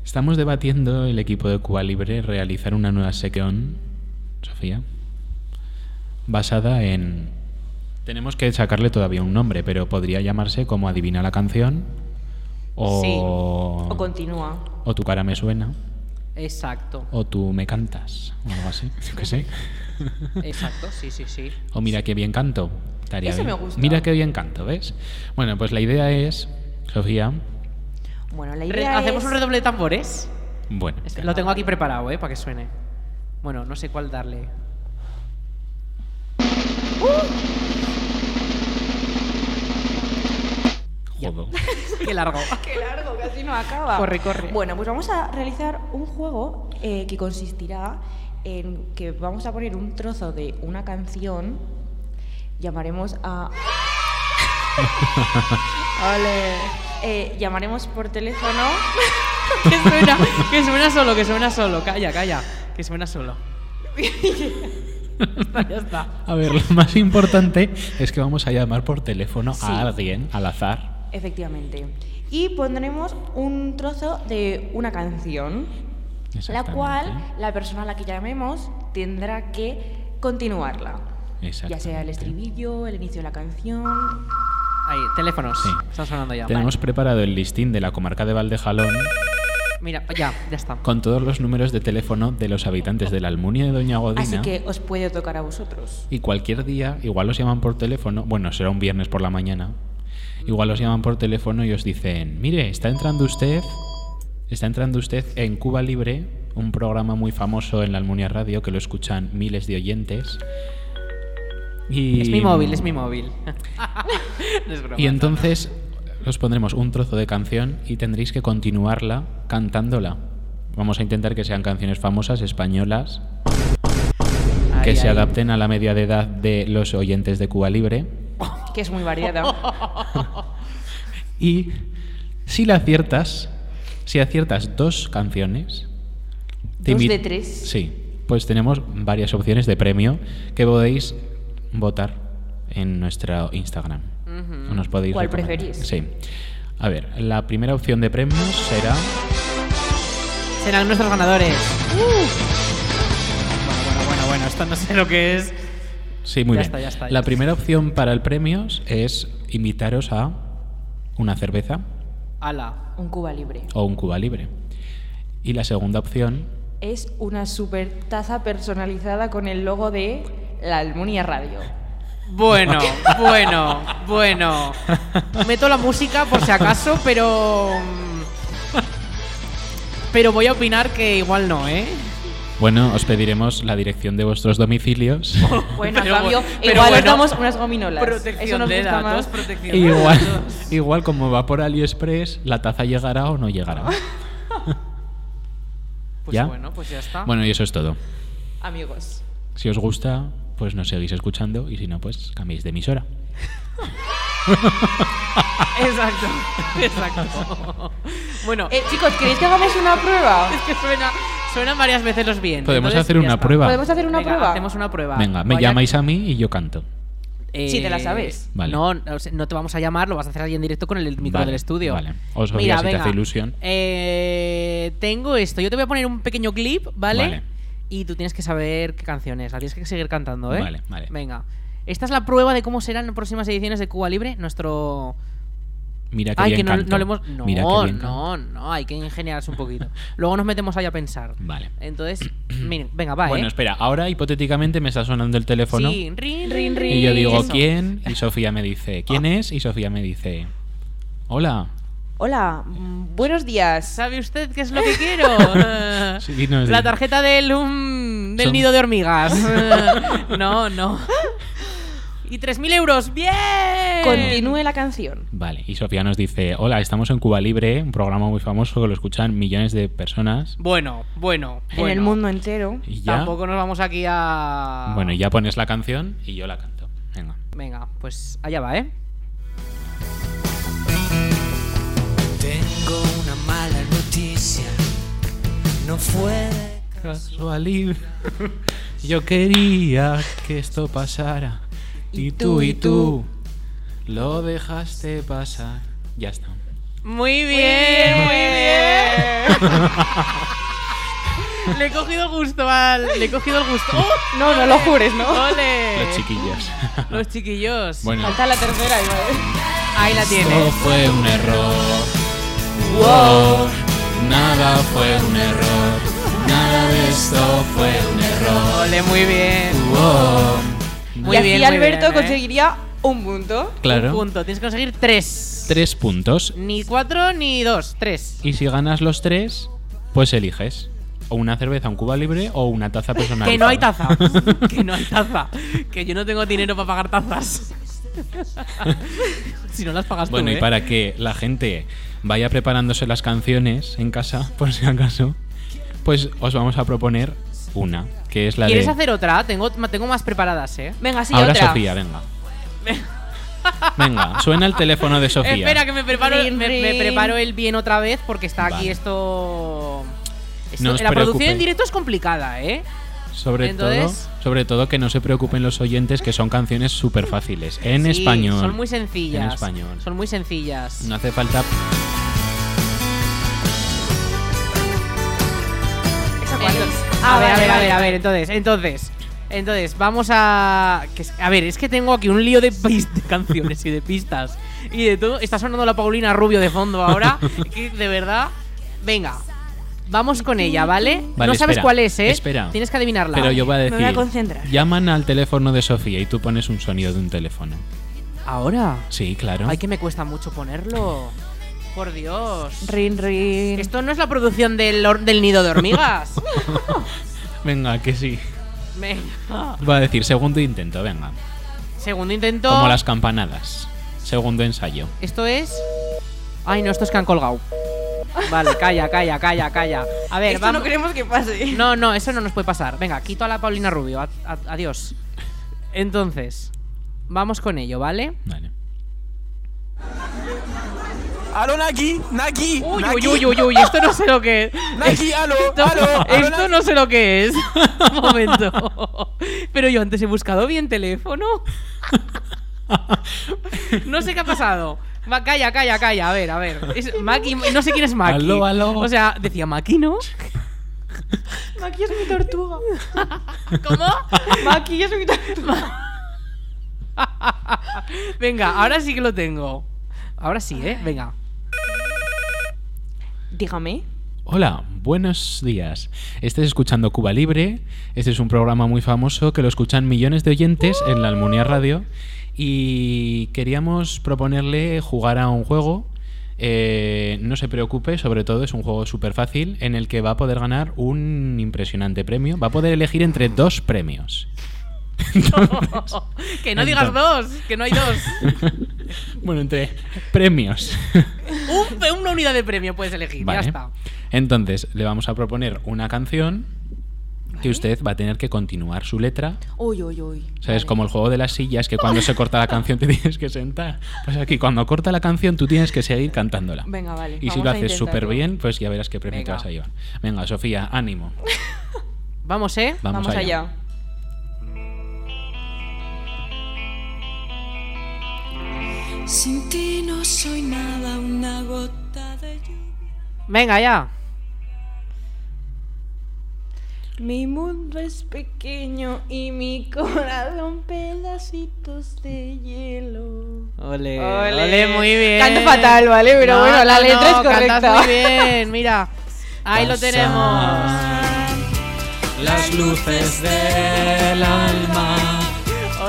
B: Estamos debatiendo el equipo de Cuba Libre realizar una nueva sección, Sofía, basada en... Tenemos que sacarle todavía un nombre, pero podría llamarse como Adivina la canción o...
C: Sí.
I: O continúa.
B: o tu cara me suena
C: Exacto,
B: o tú me cantas o algo así, yo qué sé.
C: exacto, sí, sí, sí.
B: O mira qué bien canto. Estaría
I: Eso
B: bien.
I: me gusta.
B: Mira qué bien canto, ¿ves? Bueno, pues la idea es, Sofía,
I: Bueno, la
C: Re-
I: idea
C: Hacemos
I: es-
C: un redoble de tambores.
B: bueno,
C: Este- Lo tengo aquí preparado, ¿eh? Para que suene. Bueno, no sé cuál darle.
B: juego.
C: Qué largo.
I: Qué largo, casi no acaba.
C: Corre, corre.
I: Bueno, pues vamos a realizar un juego eh, que consistirá en que vamos a poner un trozo de una canción. Llamaremos a. Ole. Eh, llamaremos por teléfono.
C: que suena, que suena solo, que suena solo. Calla, calla. Que suena solo. ya está, ya está.
B: A ver, lo más importante es que vamos a llamar por teléfono
I: Sí.
B: a alguien al azar.
I: Efectivamente. Y pondremos un trozo de una canción. La
B: Exactamente.
I: cual la persona a la que llamemos tendrá que continuarla. Ya sea el
B: Exactamente.
I: estribillo, el inicio de la canción.
C: Ahí, teléfonos.
B: Sí.
C: Están sonando ya.
B: Tenemos preparado el listín de la comarca de Valdejalón
C: Vale. Mira, ya, ya está.
B: con todos los números de teléfono de los habitantes de la Almunia de Doña Godina.
I: Así que os puede tocar a vosotros.
B: Y cualquier día, igual os llaman por teléfono, bueno, será un viernes por la mañana, igual os llaman por teléfono y os dicen, mire, está entrando usted, está entrando usted en Cuba Libre, un programa muy famoso en la Almunia Radio que lo escuchan miles de oyentes. Y,
C: Es mi móvil, es mi móvil. no es broma.
B: Y entonces os pondremos un trozo de canción y tendréis que continuarla cantándola. Vamos a intentar que sean canciones famosas, españolas, que
C: Ahí,
B: se
C: ahí.
B: adapten a la media de edad de los oyentes de Cuba Libre.
I: que es muy variada.
B: Y si la aciertas, si aciertas dos canciones,
I: Dos
B: invi-
I: de tres.
B: Sí, pues tenemos varias opciones de premio que podéis votar en nuestro Instagram. Nos podéis
I: ¿Cuál
B: recomendar.
I: preferís?
B: Sí. A ver, la primera opción de premios será
C: Serán nuestros ganadores. Bueno, bueno, bueno, bueno, esto no sé lo que es.
B: Sí, muy
C: Ya
B: bien.
C: está, ya está, ya
B: la
C: está.
B: primera opción para el premio es invitaros a una cerveza
C: Ala.
I: Un Cuba libre.
B: o un Cuba Libre. Y la segunda opción
I: Es una super taza personalizada con el logo de la Almunia Radio.
C: Bueno, bueno, bueno. Meto la música por si acaso, pero. mm, Pero voy a opinar que igual no, ¿eh?
B: Bueno, os pediremos la dirección de vuestros domicilios.
I: Bueno,
C: Pero
I: a cambio,
C: bu- pero
I: igual
C: bueno.
I: nos damos unas gominolas. Eso nos gusta más.
C: protección
B: igual, igual como va por AliExpress, la taza llegará o no llegará.
C: Pues
B: ¿Ya?
C: bueno, pues ya está.
B: Bueno, y eso es todo.
I: Amigos.
B: Si os gusta, pues nos seguís escuchando y si no, pues cambiéis de emisora.
C: Exacto, exacto. bueno,
I: Eh, chicos, ¿queréis que hagamos una prueba?
C: es que suena, suenan varias veces los bien.
B: Podemos
C: entonces
B: hacer
C: ya
B: una
C: está.
B: prueba.
I: ¿Podemos hacer una
C: Venga,
I: prueba?
C: Hacemos una prueba.
B: Venga, me
C: Vaya-
B: llamáis a mí y yo canto.
C: Eh,
I: Si te la sabes.
B: Vale.
C: No, no, o sea, no te vamos a llamar, lo vas a hacer ahí en directo con el micro
B: Vale,
C: del estudio.
B: vale. Os oigo si te hace ilusión.
C: Eh, tengo esto. Yo te voy a poner un pequeño clip, ¿vale?
B: Vale.
C: Y tú tienes que saber qué canciones. La tienes que seguir cantando, ¿eh?
B: Vale, vale.
C: Venga. Esta es la prueba de cómo serán próximas ediciones de Cuba Libre. Nuestro.
B: Mira que
C: Ay,
B: bien
C: que no,
B: canto.
C: no lo hemos. No,
B: Mira que bien canto.
C: no, no. Hay que ingeniarse un poquito. Luego nos metemos ahí a pensar.
B: Vale.
C: Entonces, miren, venga, va,
B: Bueno,
C: ¿eh?
B: espera, ahora hipotéticamente me está sonando el teléfono.
C: Sí, rin, rin, rin.
B: Y yo digo,
C: Eso. Ah.
B: ¿quién? Y Sofía me dice, ¿quién es? Y Sofía me dice, hola.
I: Hola, mm, buenos días.
C: ¿Sabe usted qué es lo que quiero? Eh,
B: Sí, no es
C: la
B: de-
C: tarjeta del, um, del
B: Son-
C: nido de hormigas. Eh, no, no. Y 3.000 euros. ¡Bien!
I: Continúe la canción.
B: Vale, y Sofía nos dice, hola, estamos en Cuba Libre, un programa muy famoso que lo escuchan millones de personas.
C: Bueno, bueno,
I: En el
C: bueno.
I: mundo entero.
B: Y ya,
C: Tampoco nos vamos aquí a...
B: bueno, y ya pones la canción y yo la canto. Venga.
C: Venga, pues allá va, ¿eh?
J: Tengo una mala noticia. No fue de
B: Casualidad. Yo quería que esto pasara. Y tú, y tú, lo dejaste pasar. Ya está.
C: Muy bien, muy bien. Le he cogido gusto al... Le he cogido el gusto. ¡Oh!
I: No, no lo jures, ¿no?
C: ¡Ole!
B: Los chiquillos.
C: Los chiquillos.
B: bueno,
I: Falta la tercera. iba a decir.
C: Ahí la
B: todo
C: tienes.
B: fue un error. Wow. Nada fue un error. Nada de esto fue un error.
C: Ole, muy bien.
B: Wow.
C: Muy
I: y
C: bien,
I: así
C: muy bien,
I: Alberto
C: ¿eh?
I: conseguiría un punto.
B: Claro.
C: Punto. Tienes que conseguir tres.
B: Tres puntos.
C: Ni cuatro ni dos. Tres.
B: Y si ganas los tres, pues eliges. O una cerveza, un cuba libre o una taza personal.
C: Que no hay taza. que no hay taza. Que yo no tengo dinero para pagar tazas. si no las pagas
B: Bueno,
C: tú,
B: y
C: ¿eh?
B: para que la gente vaya preparándose las canciones en casa, por si acaso, pues os vamos a proponer una, que es la
C: ¿Quieres
B: de...
C: hacer otra? Tengo, tengo más preparadas, ¿eh?
I: Venga, sí,
B: Ahora
I: otra.
B: Sofía, venga. venga, suena el teléfono de Sofía.
C: Espera, que me preparo,
I: Rin,
C: me, me
I: rin.
C: preparo el bien otra vez porque está aquí
B: Vale.
C: esto... esto-
B: No os
C: la producción en
B: preocupéis.
C: directo es complicada, ¿eh?
B: Sobre,
C: Entonces-
B: todo, sobre todo que no se preocupen los oyentes, que son canciones súper fáciles. En
C: Sí,
B: español.
C: Son muy sencillas.
B: En español.
C: Son muy sencillas.
B: No hace falta...
I: ¿Esa cuál es?
C: A ver, a
I: vale,
C: ver, a
I: vale.
C: ver, a ver, entonces, entonces. Entonces, vamos a. que es- A ver, es que tengo aquí un lío de, pis- de canciones y de pistas. Y de todo. Está sonando la Paulina Rubio de fondo ahora. que de verdad. Venga. Vamos con ella, ¿vale?
B: Vale,
C: no sabes
B: espera,
C: cuál es, ¿eh?
B: espera.
C: Tienes que adivinarla.
B: Pero yo voy a
I: Me
B: decir...
I: voy a concentrar.
B: Llaman al teléfono de Sofía y tú pones un sonido de un teléfono.
C: ¿Ahora?
B: Sí, claro.
C: Ay, que me cuesta mucho ponerlo. Por Dios.
I: Rin, rin.
C: Esto no es la producción del, hor- del nido de hormigas.
B: Venga, que sí.
I: Ah.
C: Venga.
B: Va a decir segundo intento, venga.
C: Segundo intento.
B: Como las campanadas. Segundo ensayo.
C: Esto es. Ay, no, estos que han colgado. Vale, calla, calla, calla, calla. A ver,
D: Esto
C: vamos.
D: no queremos que pase.
C: No, no, eso no nos puede pasar. Venga, quito a la Paulina Rubio. a- a- adiós. Entonces, vamos con ello, ¿vale?
B: Vale.
E: Aló, Naki, Naki,
C: Uy, uy,
E: Naki,
C: uy, uy, uy, esto no sé lo que es.
E: Naki, aló,
C: Esto,
E: aló, aló,
C: esto no sé lo que es. Un momento. Pero yo antes he buscado bien teléfono. No sé qué ha pasado. Va, calla, calla, calla. A ver, a ver. Es Maki, no sé quién es Maki.
B: Aló, aló.
C: O sea, decía Maki, ¿no?
I: Maki es mi tortuga.
C: ¿Cómo?
I: Maki es mi tortuga.
C: Venga, ahora sí que lo tengo. Ahora sí, ¿eh? Venga.
I: Dígame.
B: Hola, buenos días. Estás escuchando Cuba Libre. Este es un programa muy famoso que lo escuchan millones de oyentes en la Almonía Radio. Y queríamos proponerle jugar a un juego. Eh, no se preocupe, sobre todo es un juego súper fácil en el que va a poder ganar un impresionante premio. Va a poder elegir entre dos premios.
C: que no digas dos, que no hay dos.
B: Bueno, entre premios.
C: Un pe- una unidad de premio puedes elegir,
B: Vale.
C: ya está.
B: Entonces, le vamos a proponer una canción que usted va a tener que continuar su letra.
I: Uy, uy, uy.
B: O sea, es como el juego de las sillas que cuando se corta la canción te tienes que sentar. Pues aquí, cuando corta la canción, tú tienes que seguir cantándola.
I: Venga, vale.
B: Y si
I: vamos
B: lo
I: a
B: haces
I: intentarlo.
B: súper bien, pues ya verás qué premio te
C: Venga.
B: vas a llevar. Venga, Sofía, ánimo.
C: Vamos, ¿eh?
B: Vamos,
I: Vamos
B: allá.
I: allá.
A: Sin ti no soy nada, una gota de lluvia.
C: Venga, ya.
I: Mi mundo es pequeño y mi corazón pedacitos de hielo.
C: Ole,
I: Ole.
C: ole, muy bien.
I: Canto fatal, ¿vale? Pero bueno, la letra es correcta.
C: Cantas muy bien, mira. Ahí lo
B: Pasan
C: tenemos.
J: Las luces del alma,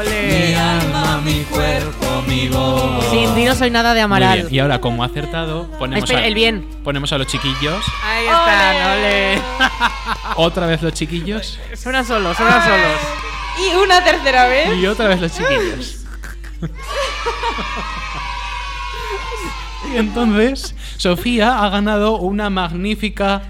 J: mi
C: Ole.
J: alma, mi cuerpo, mi voz.
C: Sin ti no soy nada de
B: Muy
C: Amaral.
B: bien. Y ahora, como ha acertado, ponemos,
C: Espera,
B: a,
C: el bien.
B: ponemos a los chiquillos.
C: Ahí están, ole.
B: Otra vez los chiquillos.
C: Suenan solos, suenan solos.
I: Y una tercera vez.
B: Y otra vez los chiquillos. Y entonces, Sofía ha ganado una magnífica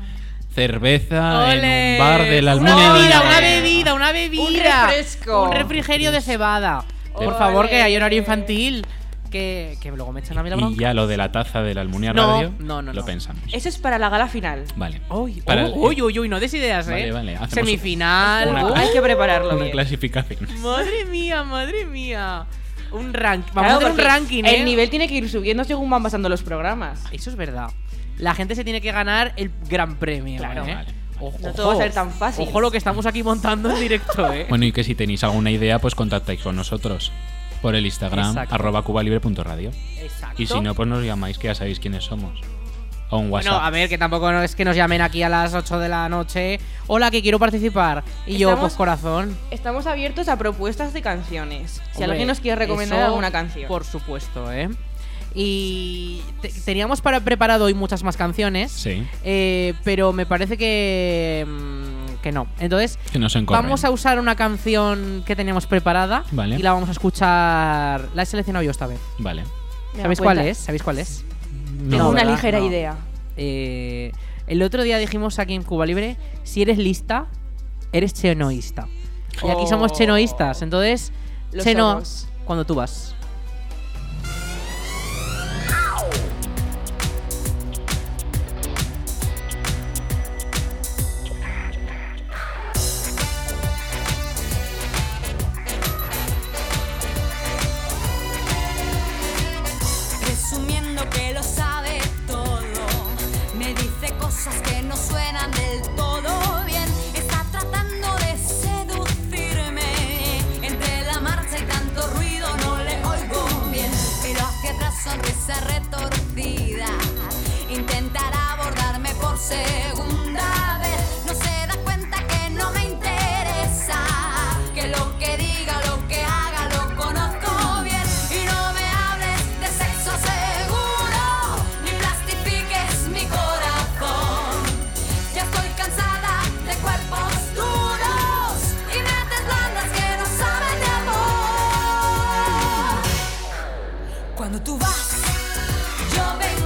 B: cerveza en
C: Ole.
B: un bar de la
C: Una
B: Almunia.
C: bebida, una bebida, una bebida.
I: Un refresco.
C: Un refrigerio de cebada. Por
B: Ole.
C: favor, que hay horario infantil. Que, que luego me echan a mí la
B: Y
C: bronca.
B: ya lo de la taza de la Almunia
C: No,
B: Radio
C: no, no,
B: lo
C: no.
B: pensamos.
I: Eso es para la gala final.
B: Vale.
C: Uy,
B: Para-
C: uy, uy, uy, no des ideas,
B: Vale,
C: eh.
B: vale, hacemos
C: Semifinal.
B: una
C: uy.
B: clase.
I: Uh, Hay que prepararlo.
B: Una
I: bien.
B: clasificación.
C: Madre mía, madre mía. Un ranking. Vamos
I: Claro,
C: a hacer un
I: porque
C: ranking, ¿eh?
I: El nivel tiene que ir subiendo según van pasando los programas.
C: Eso es verdad. La gente se tiene que ganar el gran premio.
B: Claro.
C: ¿eh?
B: Vale.
C: Ojo,
I: No todo va a ser tan fácil.
C: Ojo lo que estamos aquí montando en directo, ¿eh?
B: Bueno, y que si tenéis alguna idea, pues contactáis con nosotros por el Instagram,
C: Exacto.
B: arroba cubalibre.radio.
C: Exacto.
B: Y si no, pues nos llamáis, que ya sabéis quiénes somos. O un WhatsApp.
C: Bueno, a ver, que tampoco no- es que nos llamen aquí a las 8 de la noche. Hola, que quiero participar. Y yo,
I: Estamos-
C: pues corazón.
I: Estamos abiertos a propuestas de canciones. Si
C: Hombre,
I: alguien nos quiere recomendar
C: eso,
I: alguna canción.
C: Por supuesto, ¿eh? Y te- teníamos para preparado hoy muchas más canciones.
B: Sí.
C: Eh, pero me parece que. mm, que no. Entonces,
B: Que nos encorren.
C: vamos a usar una canción que teníamos preparada.
B: Vale.
C: Y la vamos a escuchar. La he seleccionado yo esta vez.
B: Vale.
I: Me da
C: ¿Sabéis
I: cuenta.
C: cuál es? ¿Sabéis cuál es?
I: Tengo
C: No,
I: una
C: ¿verdad?
I: ligera
C: No.
I: idea.
C: Eh, el otro día dijimos aquí en Cuba Libre: si eres lista, eres chenoísta. Y aquí somos
I: Oh.
C: chenoístas. Entonces,
I: Lo
C: cheno,
I: somos.
C: cuando tú vas.
A: Presumiendo que lo sabe todo, me dice cosas que no suenan del todo bien. Está tratando de seducirme. Entre la marcha y tanto ruido no le oigo bien. Pero hacia atrás sonrisa retorcida. Intentará abordarme por segunda vez. No se da cuenta que no me interesa. Que lo que diga, lo que haga, lo conozco bien. Y no me hables de sexo seguro, ni plastifiques mi corazón. Ya estoy cansada de cuerpos duros y mentes blandas que no saben de amor. Cuando tú vas, yo vengo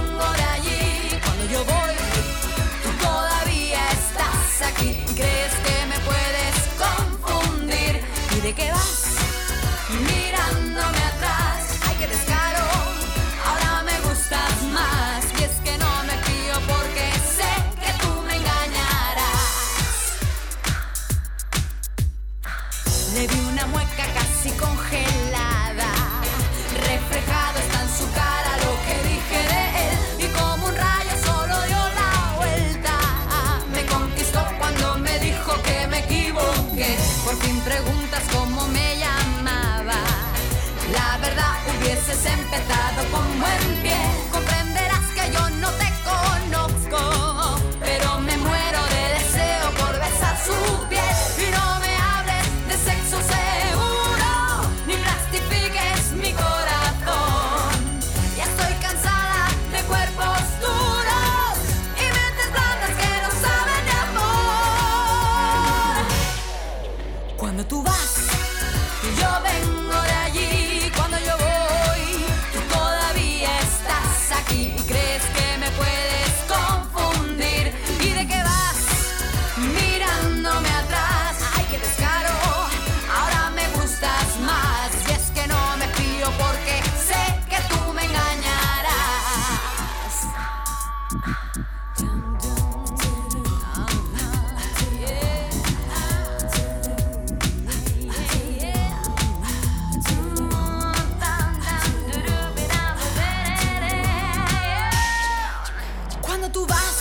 A: Cuando tú vas,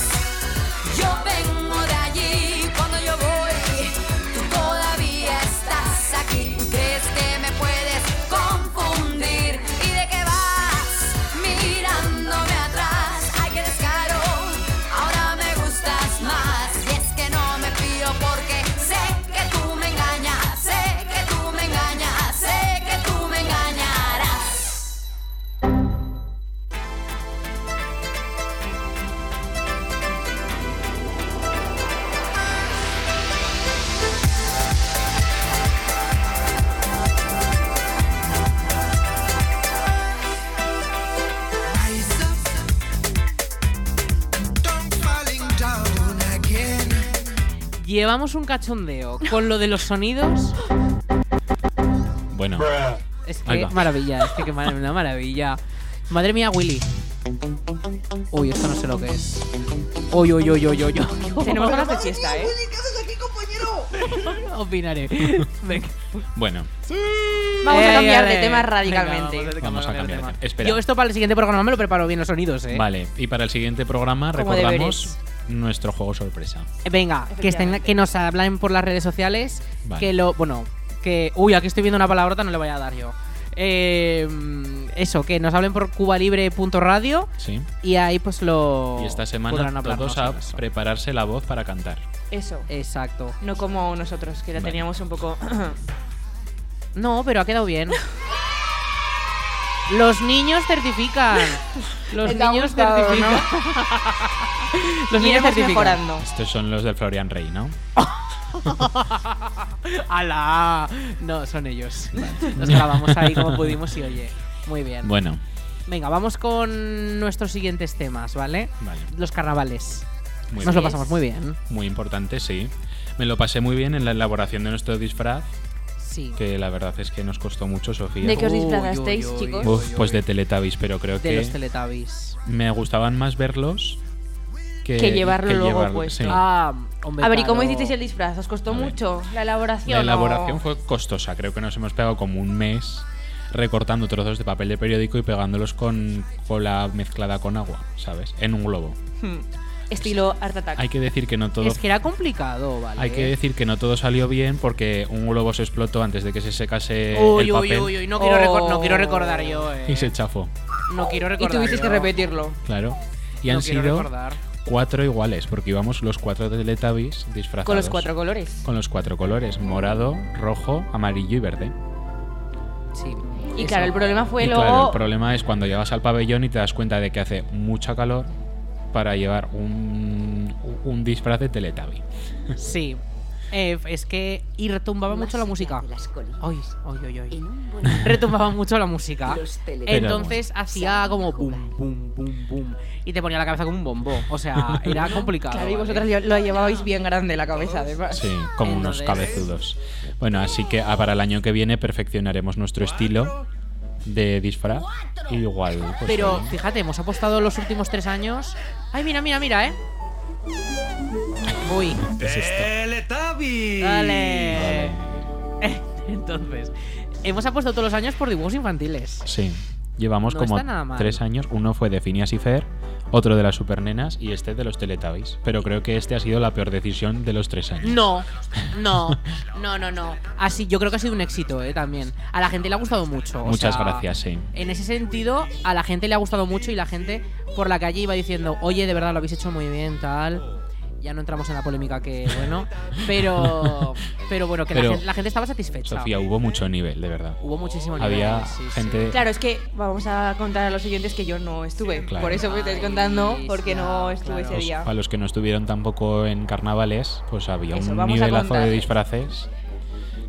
A: yo vengo de allí. Cuando yo voy, tú todavía estás aquí. Tú crees que me puedes confundir. ¿Y de qué vas? Mirándome atrás. Ay, qué descaro. Ahora me gustas más. Y es que no me fío porque sé que tú me engañas. Sé que tú me engañas. Sé que tú me engañarás.
C: Llevamos un cachondeo con lo de los sonidos.
B: Bueno,
C: Es
B: Ahí
C: que
B: va.
C: maravilla, es que qué mar- una maravilla. Madre mía, Willy. Uy, esto no sé lo que es. Uy, uy, uy, uy, uy, uy.
I: Tenemos ganas de fiesta, ¿eh?
C: Opinaré. Venga.
B: bueno,
I: Vamos a
C: Eh,
I: cambiar de
C: eh,
I: tema
C: venga,
I: radicalmente.
B: Vamos a cambiar de tema. Espera.
C: Yo esto para el siguiente programa me lo preparo bien los sonidos, ¿eh?
B: vale. Y para el siguiente programa
I: Como
B: recordamos nuestro juego sorpresa.
C: Eh, Venga, que, estén, que nos hablen por las redes sociales.
B: Vale.
C: Que lo. Bueno, que. Uy, aquí estoy viendo una palabrota, no le voy a dar yo. Eh, mm, eso, que nos hablen por cubalibre.radio
B: Sí.
C: y ahí pues lo.
B: Y esta
C: podrán
B: semana
C: hablarnos
B: todos a
C: sobre eso.
B: prepararse la voz para cantar.
I: Eso.
C: Exacto.
I: No como nosotros, que la
B: Vale.
I: teníamos un poco.
C: No, pero ha quedado bien. Los niños certifican. Los
I: Te ha
C: niños
I: gustado,
C: certifican. Los niños
I: Iremos
C: certifican.
I: mejorando.
B: Estos son los del Florian Rey, ¿no?
C: ¡Hala! No, son ellos. Nos grabamos ahí como pudimos y oye. Muy bien.
B: Bueno,
C: Venga, vamos con nuestros siguientes temas, ¿vale?
B: vale.
C: Los carnavales.
B: Muy
C: Nos
B: bien.
C: lo pasamos muy bien.
B: Muy importante, sí. Me lo pasé muy bien en la elaboración de nuestro disfraz,
C: Sí.
B: que la verdad es que nos costó mucho, Sofía.
I: ¿De qué os
C: Uy,
I: disfrazasteis,
C: uy, uy,
I: chicos?
C: uy.
B: Uf, pues de Teletubbies, pero creo
C: De
B: que
C: los Teletubbies.
B: me gustaban más verlos que,
I: Que llevarlo luego
B: llevarlo,
I: puesto.
B: sí.
C: Ah, hombre,
I: A ver, ¿y cómo
C: claro.
I: hicisteis el disfraz? ¿Os costó
B: A ver.
I: mucho la elaboración?
B: La
I: o-
B: elaboración fue costosa, creo que nos hemos pegado como un mes recortando trozos de papel de periódico y pegándolos con cola mezclada con agua, ¿sabes? En un globo.
I: Hmm. Estilo Art Attack.
B: Hay que decir que no todo
C: Es que era complicado, ¿vale?
B: hay que decir que no todo salió bien porque un globo se explotó antes de que se secase
C: Uy,
B: el
C: uy,
B: papel
C: uy, uy, no quiero, recor- no
I: Oh.
C: quiero recordar yo, eh.
B: y se chafó,
C: No quiero
I: Y
C: recordar.
I: tuvisteis
C: yo.
I: que repetirlo.
B: claro. Y
C: No
B: han
C: quiero
B: sido
C: recordar.
B: cuatro iguales porque íbamos los cuatro Teletubbies disfrazados
I: Con los cuatro colores.
B: con los cuatro colores, morado, rojo, amarillo y verde.
C: Sí.
I: Y
C: Eso.
I: claro, el problema fue
B: Y
I: luego.
B: claro, el problema es cuando llegas al pabellón y te das cuenta de que hace mucha calor para llevar un, un disfraz de Teletubby.
C: Sí. Eh, es que. Y retumbaba mucho la música.
I: Pues
C: Ay, ay, ay, ay. Retumbaba mucho la música. Entonces hacía como boom, boom, boom, boom. Y te ponía la cabeza como un bombo. O sea, era complicado. eh.
I: Claro, y
C: ¿vale?
I: vosotras lle- lo llevabais bien grande la cabeza, además.
B: Sí, como unos
C: Entonces-
B: cabezudos. Bueno, así que ah, para el año que viene perfeccionaremos nuestro estilo de disfraz. Y Igual. pues,
C: Pero
B: oye,
C: fíjate, hemos apostado los últimos tres años. Ay, mira, mira, mira, eh. Uy.
B: es esto.
J: Teletubby.
C: Dale.
B: Vale.
C: Entonces, hemos apostado todos los años por dibujos infantiles.
B: Sí. Llevamos
C: No
B: como
C: está nada mal.
B: tres años. Uno fue de Phineas y Fer, otro de las Supernenas y este de los Teletubbies. Pero creo que este ha sido la peor decisión de los tres años.
C: No, no, no, no, no. Así, yo creo que ha sido un éxito, eh, también. A la gente le ha gustado mucho. o
B: Muchas
C: sea,
B: gracias, sí.
C: En ese sentido, a la gente le ha gustado mucho y la gente por la calle iba diciendo, oye, de verdad lo habéis hecho muy bien, tal. Ya no entramos en la polémica que, bueno, pero, pero bueno, que la
B: Pero-
C: gen- la, gente estaba satisfecha.
B: Sofía, hubo mucho nivel, de verdad.
C: Hubo muchísimo nivel,
B: Había
C: sí, sí.
B: gente.
I: Claro, es que vamos a contar a los oyentes que yo no estuve.
B: Claro.
I: Por eso me estáis
C: Ay,
I: contando, porque no
C: claro,
I: estuve
C: claro.
I: ese
B: Pues,
I: día.
B: para los que no estuvieron tampoco en carnavales, pues había
I: Eso,
B: un
I: vamos a
B: nivelazo
I: contar.
B: de disfraces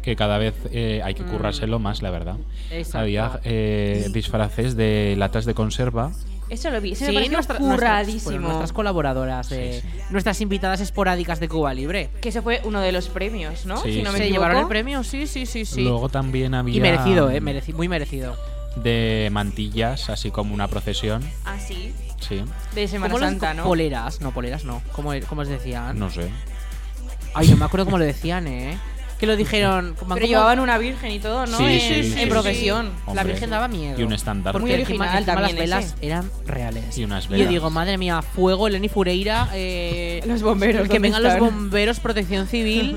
B: que cada vez eh, hay que currárselo más, la verdad.
C: Exacto.
B: Había eh, disfraces de latas de conserva.
I: Eso lo vi, eso
C: Sí,
I: me pareció
C: nuestra- nuestras,
I: curradísimo.
C: bueno, nuestras colaboradoras, de,
B: Sí,
C: nuestras invitadas esporádicas de Cuba Libre.
I: Que eso fue uno de los premios, ¿no?
B: Sí,
I: si no me
C: ¿Se
I: equivoco.
C: llevaron el premio? Sí, sí, sí, sí.
B: Luego también había
C: y eh, merecido, eh, mereci- muy merecido.
B: de mantillas, así como una procesión.
I: Ah, sí.
B: Sí,
D: De Semana
C: ¿Cómo las
D: Santa, ¿no?
C: Poleras, no, poleras no. ¿Cómo, cómo os decían?
B: no sé.
C: Ay, no me acuerdo cómo lo decían, ¿eh? Que lo dijeron. como-
D: Pero llevaban una virgen y todo, ¿no?
B: Sí,
D: en,
B: sí, sí,
D: en
B: sí.
D: profesión.
C: La
B: Hombre.
C: Virgen daba miedo.
B: Y un estandarte.
C: Porque
D: Muy
C: encima-
D: original
C: encima
D: también
C: las velas
D: ese.
C: eran reales.
B: Y unas
C: Yo
B: velas.
C: digo, madre mía, fuego, Eleni Fureira. eh,
D: Los bomberos,
C: Que
D: ¿dónde
C: vengan los
D: están?
C: bomberos, protección civil.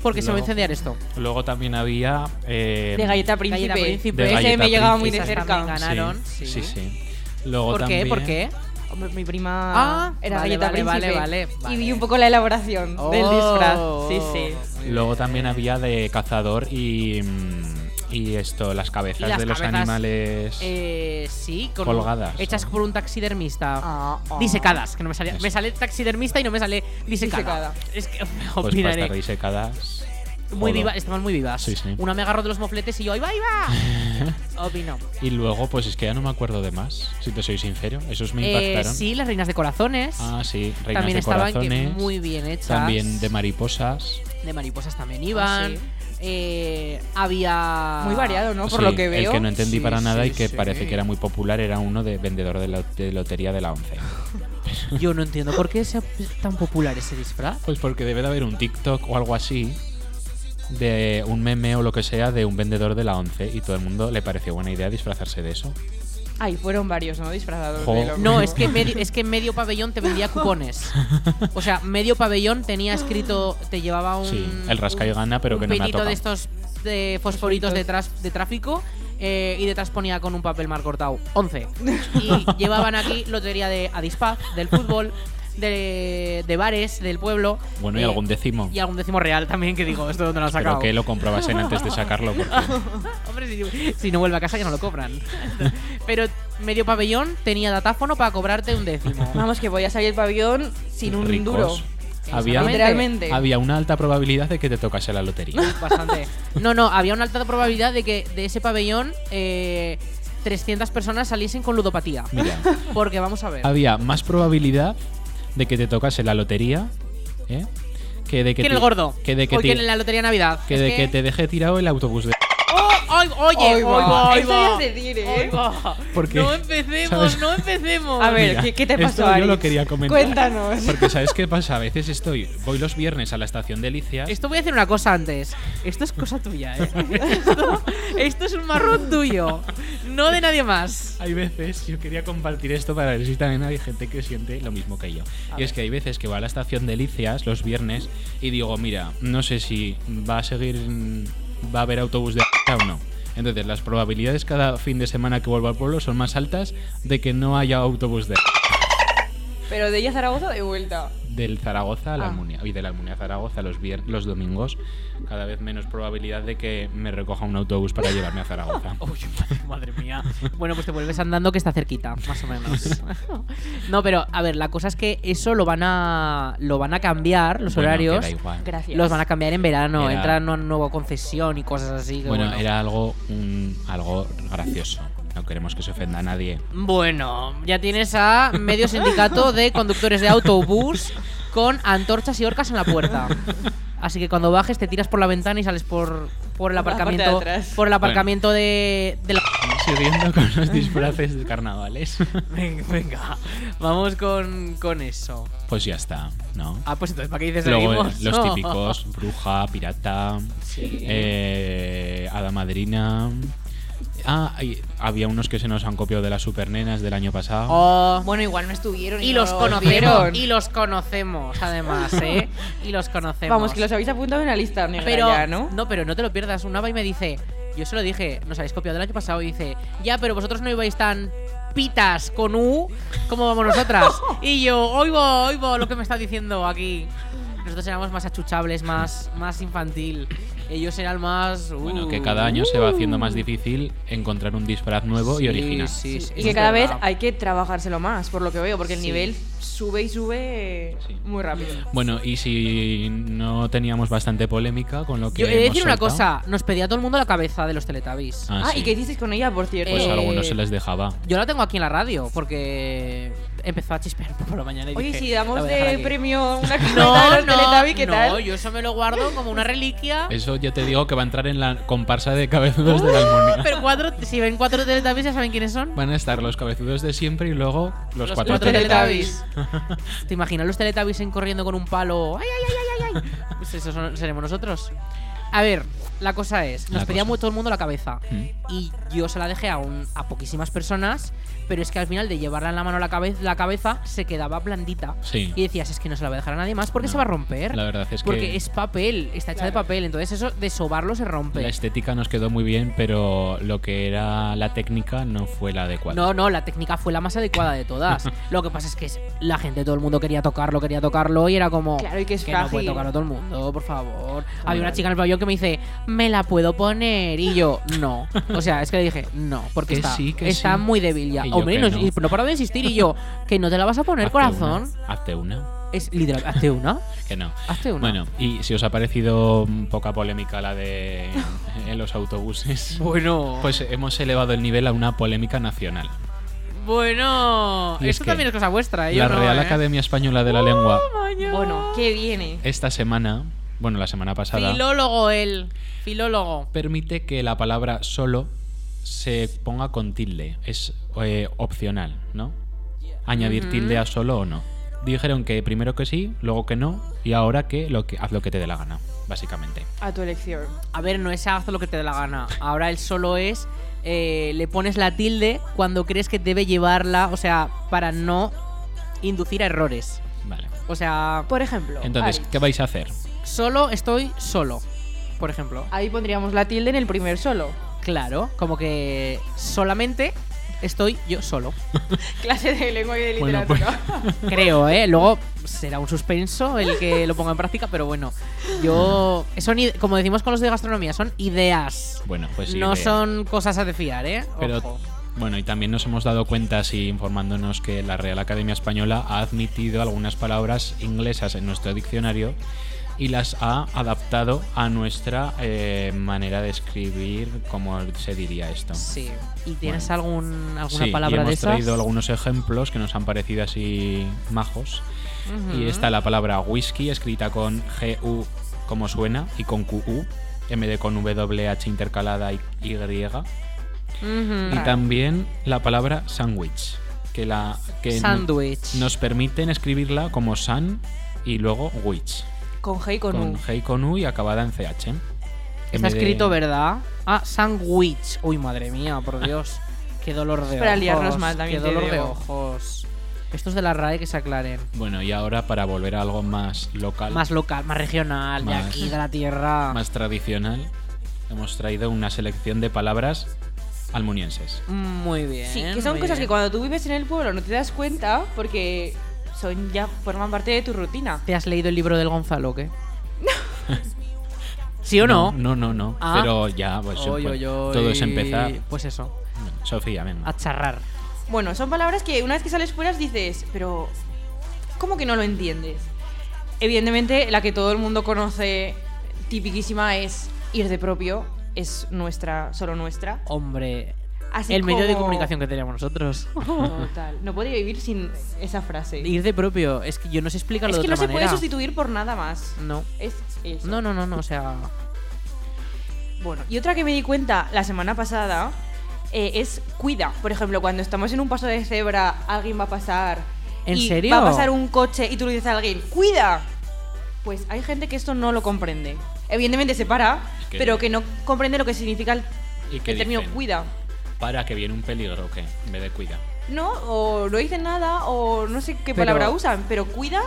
C: Porque se va a
B: Luego.
C: incendiar esto.
B: Luego también había. eh,
D: De galleta príncipe.
C: Galleta Príncipe.
B: De
D: Ese
B: Galleta
D: me llegaba muy
B: Príncipe.
D: de
C: Esas
D: cerca.
C: también
B: sí,
C: ganaron.
B: Sí, sí.
C: sí.
B: Luego
C: ¿Por qué?
B: también.
C: ¿Por qué?
D: Hombre, mi prima
C: Ah,
D: era
C: vale,
D: galleta
C: vale, vale,
D: príncipe.
C: vale, vale. Oh.
D: Y vi un poco la elaboración del disfraz.
I: Oh.
D: Sí, sí.
B: Luego también había de cazador y. mm, Y esto, las cabezas
C: Y las
B: de los
C: cabezas,
B: animales.
C: Eh, sí, con
B: Colgadas,
C: Hechas
B: ¿no?
C: por un taxidermista.
D: Ah, ah.
C: Disecadas, que no me salía.
B: Eso.
C: Me sale taxidermista y no me sale disecada.
D: Disecada.
C: Es que me
B: pues para estar
C: opinaré.
B: disecadas.
C: Muy
B: jodo.
C: vivas, estaban muy vivas.
B: Sí, sí.
C: Una me agarró de los mofletes y yo, ¡ahí va, ahí va! Opino.
B: Y luego, pues es que ya no me acuerdo de más, si te soy sincero. Esos me
C: Eh,
B: impactaron.
C: sí, las reinas de corazones.
B: Ah, sí, Reinas
C: también
B: de
C: estaban que
B: Corazones.
C: muy bien hechas.
B: también de mariposas.
C: De mariposas también iban.
D: Ah, sí.
C: Eh, había.
D: Muy variado, ¿no? Por
B: Sí,
D: lo que veo.
B: El que no entendí
C: Sí,
B: para nada
C: sí,
B: y que
C: sí.
B: parece que era muy popular era uno de vendedor de, la, de lotería de la 11.
C: Yo no entiendo por qué es tan popular ese disfraz.
B: Pues porque debe de haber un TikTok o algo así de un meme o lo que sea de un vendedor de la 11 y todo el mundo le pareció buena idea disfrazarse de eso.
D: Ay, fueron varios, ¿no? Disfrazados.
B: Jo.
D: de lo
C: No,
D: mismo.
C: es que, medio, es que medio pabellón te vendía cupones. O sea, medio pabellón tenía escrito, te llevaba un.
B: Sí, el rasca y
C: un-
B: gana, pero
C: un
B: que no me ha
C: pelito
B: tocado.
C: de estos de fosforitos de, tras- de tráfico eh, y detrás ponía con un papel mal cortado 11. Y llevaban aquí lotería de Adispaz, del fútbol, de, de bares, del pueblo.
B: Bueno, y
C: eh,
B: algún décimo.
C: Y algún décimo real también, que digo, ¿esto dónde lo han
B: Pero
C: sacado?
B: que lo comprobasen antes de sacarlo. porque-
C: Hombre, si, si no vuelve a casa ya no lo cobran. Pero medio pabellón tenía datáfono para cobrarte un décimo.
D: Vamos, que voy a salir del pabellón sin un
B: Ricos.
D: duro.
B: Había,
D: Literalmente.
B: había una alta probabilidad de que te tocase la lotería.
C: Bastante. No, no, había una alta probabilidad de que de ese pabellón eh, 300 personas saliesen con ludopatía.
B: Mira,
C: Porque vamos a ver.
B: había más probabilidad de que te tocase la lotería ¿eh? que de que
C: ¿Quién
B: te-
C: el gordo?
B: que de que,
C: ¿O
B: te,
C: quién en la lotería de Navidad?
B: que
C: Es
B: de que te deje tirado el autobús de
C: ¡Oh! ¡Ay, oye,
D: Ahí
C: oye,
D: va.
C: oye,
D: Eso ya se dir, ¿eh?
B: Porque-
C: No empecemos,
B: ¿sabes?
C: no empecemos.
D: A ver,
B: Mira,
D: ¿qué, qué te
B: esto
D: pasó,
B: yo
D: Aritz?
B: lo quería comentar.
D: Cuéntanos.
B: Porque sabes qué pasa, a veces estoy, voy los viernes a la estación de Licias.
C: Esto voy a decir una cosa antes. Esto es cosa tuya, ¿eh? Esto, esto es un marrón tuyo. No de nadie más.
B: Hay veces, yo quería compartir esto para ver si también hay gente que siente lo mismo que yo. y es que hay veces que va a la estación de Licias los viernes y digo, mira, no sé si va a seguir, mm, va a haber autobús de o no. Entonces, las probabilidades cada fin de semana que vuelvo al pueblo son más altas de que no haya autobús de
D: Pero de ella a Zaragoza de vuelta.
B: del Zaragoza a
C: Ah.
B: la Almunia y de la Almunia a Zaragoza los vier- los domingos cada vez menos probabilidad de que me recoja un autobús para llevarme a Zaragoza.
C: Uy, madre mía. Bueno, pues te vuelves andando que está cerquita, más o menos. No, pero a ver, la cosa es que eso lo van a lo van a cambiar los
B: Bueno, que
C: horarios.
B: da igual.
D: Gracias.
C: Los van a cambiar en verano,
B: Era-
C: entran una nueva concesión y cosas así. que
B: Bueno,
C: bueno.
B: era algo un- algo gracioso. No queremos que se ofenda a nadie.
C: Bueno, ya tienes a medio sindicato de conductores de autobús con antorchas y orcas en la puerta. Así que cuando bajes te tiras por la ventana y sales por, por el
D: Por la parte de
C: aparcamiento.
D: atrás.
C: Por el aparcamiento de, de la.
B: Siguiendo con los disfraces de carnavales.
C: Venga, venga. vamos con, con eso.
B: Pues ya está, ¿no?
C: Ah, pues entonces, ¿para qué dices
B: Luego eh,
C: seguimos?
B: los típicos, bruja, pirata, eh, hada madrina. Ah, y había unos que se nos han copiado de las supernenas del año pasado.
C: Oh,
D: Bueno, igual no estuvieron.
C: y
D: no
C: los conocemos.
D: vieron.
C: Y los conocemos, además, ¿eh? Y los conocemos.
D: Vamos, que los habéis apuntado en la lista negra
C: pero,
D: ya, ¿no?
C: pero no te lo pierdas. Una va y me dice, yo se lo dije, nos habéis copiado el año pasado y dice, ya, pero vosotros no ibais tan pitas con U como vamos nosotras. y yo, oigo, oigo lo que me está diciendo aquí. Nosotros éramos más achuchables, más, más infantil. Ellos eran más... uh,
B: Bueno, que cada año se va haciendo más difícil encontrar un disfraz nuevo
C: Sí,
B: y original.
C: sí, sí,
D: y
C: eso
D: que
C: es
D: cada vez
C: verdad.
D: hay que trabajárselo más, por lo que veo, porque el
C: Sí.
D: nivel sube y sube eh,
B: Sí.
D: muy rápido.
B: Bueno, y si no teníamos bastante polémica con lo que.
C: Yo he de
B: hemos
C: decir una
B: soltado-
C: cosa, nos pedía todo el mundo la cabeza de los Teletubbies.
B: Ah,
D: Ah,
B: sí.
D: ¿y qué hicisteis con ella, por cierto?
B: Pues
C: Eh,
B: a algunos se les dejaba.
C: Yo la tengo aquí en la radio porque empezó a chispear por la mañana y
I: Oye,
C: dije,
I: si
C: "La
I: damos
C: voy a dejar
I: de
C: aquí".
I: premio una camiseta de
C: No,
I: los Teletubbies,
C: no,
I: ¿qué
C: no,
I: tal?
C: yo eso me lo guardo como una reliquia.
B: Eso ya te digo que va a entrar en la comparsa de cabezudos de la Almunia.
C: Pero cuatro, si ven cuatro Teletubbies ya saben quiénes son.
B: Van a estar los cabezudos de siempre y luego los,
C: Los
B: cuatro,
C: cuatro
B: tele-
C: Teletubbies. ¿Te imaginas los Teletubbies en corriendo con un palo? ¡Ay, ay, ay, ay, ay! Pues eso son- seremos nosotros. A ver, la cosa es, nos
B: La
C: pedía
B: cosa.
C: mu- todo el mundo la cabeza.
B: Mm.
C: Y yo se la dejé a, un- a poquísimas personas, pero es que al final de llevarla en la mano la, cabe- la cabeza se quedaba blandita.
B: Sí.
C: Y decías, es que no se la va a dejar a nadie más porque
B: No.
C: se va a romper.
B: La verdad es que-
C: Porque es papel, está hecha de papel, entonces eso de sobarlo se rompe.
B: La estética nos quedó muy bien, pero lo que era la técnica no fue la adecuada.
C: No, no, la técnica fue la más adecuada de todas. Lo que pasa es que es- la gente, todo el mundo quería tocarlo, quería tocarlo y era como.
I: Claro, y que es
C: no puede
I: frágil.
C: tocarlo todo el mundo, por favor. Había una chica en el pabellón que me dice, ¿me la puedo poner? Y yo, no. O sea, es que le dije, no, porque
B: Que
C: está,
B: sí, que
C: está
B: sí.
C: muy débil ya.
B: Y yo
C: Hombre,
B: que
C: no,
B: no.
C: y no paro de insistir y yo, que no te la vas a poner,
B: Hazte
C: corazón.
B: una, hazte una.
C: Es literal, hazte una,
B: Que no.
C: hazte una.
B: Bueno, y si os ha parecido mm, poca polémica la de en los autobuses,
C: Bueno,
B: pues hemos elevado el nivel a una polémica nacional.
C: bueno,
B: Y es
C: eso
B: que
C: también es cosa vuestra. yo
B: La
C: no,
B: Real
C: ¿eh? Uh,
B: Academia Española de la Lengua
I: Bueno, ¿qué viene?
B: esta semana, bueno, la semana pasada,
C: Filólogo él, filólogo.
B: permite que la palabra solo se ponga con tilde. Es eh, opcional, ¿no? Añadir tilde a solo o no. Dijeron que primero que sí, luego que no, y ahora que, lo que haz lo que te dé la gana, básicamente.
I: A tu elección.
C: A ver, no es haz lo que te dé la gana. Ahora el solo es. eh, le pones la tilde cuando crees que debe llevarla, o sea, para no inducir a errores.
B: Vale.
C: O sea,
I: Por ejemplo,
B: Entonces,
I: Ari,
B: ¿qué vais a hacer?
C: solo estoy solo, por ejemplo.
I: ahí pondríamos la tilde en el primer solo.
C: Claro, como que solamente estoy yo solo.
I: Clase de lengua y de
B: Bueno,
I: literatura.
C: Creo, ¿eh? Luego será un suspenso el que lo ponga en práctica, pero bueno, yo. Son, ide- como decimos con los de gastronomía, son ideas.
B: Bueno, pues sí,
C: no
B: de-
C: son cosas a de fiar, ¿eh?
B: Pero
C: Ojo.
B: bueno, y también nos hemos dado cuenta, así informándonos, que la Real Academia Española ha admitido algunas palabras inglesas en nuestro diccionario y las ha adaptado a nuestra eh, manera de escribir, como se diría esto.
C: Sí. ¿Y tienes
B: Bueno.
C: algún, alguna
B: Sí, y
C: palabra
B: hemos
C: de esas?
B: traído algunos ejemplos que nos han parecido así majos.
C: Mm.
B: Y está la palabra whisky, escrita con GU como suena y con QU, en vez de con WH intercalada y Y. Y también la palabra sandwich, que la que no-
C: Sándwich.
B: nos permiten escribirla como san y luego witch,
C: pues-
I: Con G y con,
B: con
I: U.
B: G y con U y acabada en CH. En
C: Está
B: vez de-
C: escrito, ¿verdad? Ah, sandwich. Uy, madre mía, por Dios. Qué dolor de ojos.
I: para liarnos más, también
C: Qué
I: te
C: dolor de
I: digo.
C: ojos. Estos de la RAE que se aclaren.
B: Bueno, y ahora para volver a algo más local,
C: Más local, más regional,
B: Más-
C: de aquí, de la tierra.
B: más tradicional, hemos traído una selección de palabras almunienses.
C: Muy bien.
I: Sí, que son
C: muy
I: cosas que
C: bien.
I: cuando tú vives en el pueblo no te das cuenta porque son ya forman parte de tu rutina.
C: ¿Te has leído el libro del Gonzalo o qué? ¿Sí o no?
B: No, no, no.
C: Ah.
B: Pero ya, pues
C: Oy,
B: pues,
C: oy,
B: todo
C: oy.
B: es empezar.
C: Pues eso,
B: Sofía, venga.
C: a charrar.
I: Bueno, son palabras que una vez que sales fuera dices, pero ¿cómo que no lo entiendes? Evidentemente, la que todo el mundo conoce, tipiquísima, es ir de propio, es nuestra, solo nuestra.
C: Hombre,
I: Así
C: el medio de
I: como-
C: comunicación que teníamos nosotros.
I: Total. No podría vivir sin esa frase.
C: Ir de propio, es que yo no sé explicarlo de
I: es que no
C: otra
I: se puede
C: manera.
I: sustituir por nada más.
C: no.
I: Es eso.
C: no, no, no, no, o sea,
I: Bueno, y otra que me di cuenta la semana pasada eh, es cuida. Por ejemplo, cuando estamos en un paso de cebra, alguien va a pasar.
C: ¿En
I: y
C: serio?
I: Va a pasar un coche y tú le dices a alguien, ¡cuida! Pues hay gente que esto no lo comprende. Evidentemente se para,
B: Es que-
I: pero que no comprende lo que significa el,
B: ¿Y qué
I: el término
B: dicen?
I: cuida.
B: Para que viene un peligro, que en vez de cuida.
I: No, o no dicen nada, o no sé qué
C: Pero-
I: palabra usan, pero cuida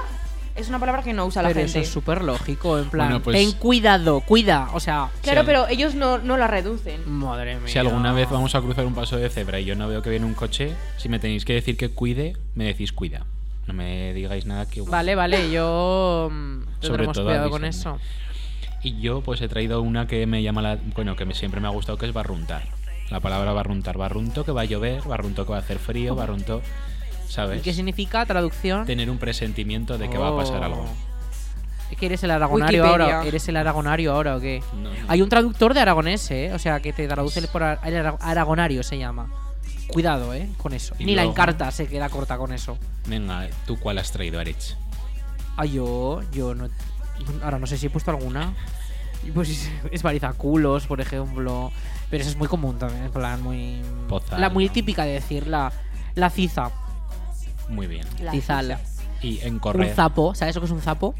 I: es una palabra que no usa la
C: pero eso
I: gente.
C: es súper lógico, en plan,
B: Bueno, pues-
C: ten cuidado, cuida, o sea,
I: Claro,
B: Sí.
I: pero ellos no, no la reducen.
C: madre mía.
B: Si alguna vez vamos a cruzar un paso de cebra y yo no veo que viene un coche, si me tenéis que decir que cuide, me decís cuida. No me digáis nada que...
C: Vale, vale, yo mm, tendremos
B: todo
C: cuidado con eso.
B: avísame. Y yo pues he traído una que me llama la... Bueno, que me, siempre me ha gustado, que es barruntar. La palabra barruntar. Barrunto que va a llover, barrunto que va a hacer frío, barrunto...
C: ¿Y
B: ¿Sabes?
C: qué significa traducción?
B: Tener un presentimiento de que va a pasar
C: Oh.
B: algo.
C: Es que eres el aragonario
I: Wikipedia.
C: ahora, eres el aragonario ahora o qué?
B: No, no.
C: Hay un traductor de aragonés, ¿eh? o sea, que te traduce por ar- el ara- aragonario se llama. Cuidado, eh, con eso.
B: Y
C: Ni la
B: luego-
C: encarta se queda corta con eso.
B: Venga, ¿tú cuál has traído, Arech?
C: Ah, yo, yo no. Ahora no sé si he puesto alguna. Y Pues es- es varizaculos, por ejemplo. Pero eso es muy común también, en plan, muy.
B: Pozal,
C: la muy
B: ¿no?
C: típica de decir, la, la ciza.
B: Muy bien.
C: Cizal.
B: Y en
C: Un
B: correr.
C: zapo, ¿sabes lo que es un zapo?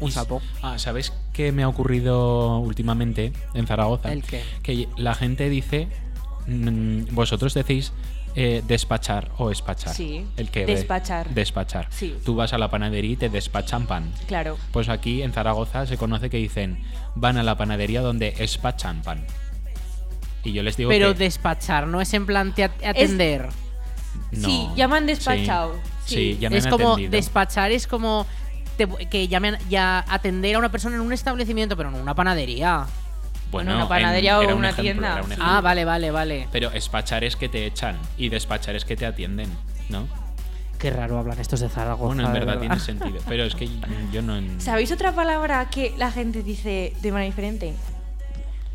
C: Un
B: Y-
C: sapo.
B: Ah, ¿sabéis qué me ha ocurrido últimamente en Zaragoza?
C: ¿El qué?
B: Que la gente dice. mm, vosotros decís eh, despachar o espachar.
I: Sí.
B: El que
I: Despachar.
B: Despachar.
I: Sí.
B: Tú vas a la panadería y te despachan pan.
I: Claro.
B: Pues aquí en Zaragoza se conoce que dicen van a la panadería donde espachan pan. Y yo les digo
C: Pero
B: que
C: despachar, no es en plan te at- atender.
B: no.
I: Sí, ya me han despachado.
B: Sí,
I: Sí.
B: sí, ya me
C: es
B: han
C: como
B: atendido.
C: despachar, es como te- que llamen ya atender a una persona en un establecimiento, pero no una panadería.
B: Bueno,
I: Bueno, una
B: en-
I: panadería o
B: era un
I: una
B: ejemplo,
I: tienda.
B: era un
I: Sí.
B: ejemplo.
C: Ah, vale, vale, vale.
B: Pero espachar es que te echan y despachar es que te atienden, ¿no?
C: Qué raro hablan estos de Zaragoza.
B: Bueno, en
C: Ah, de
B: verdad tiene sentido. Pero es que yo no. en-
I: ¿Sabéis otra palabra que la gente dice de manera diferente?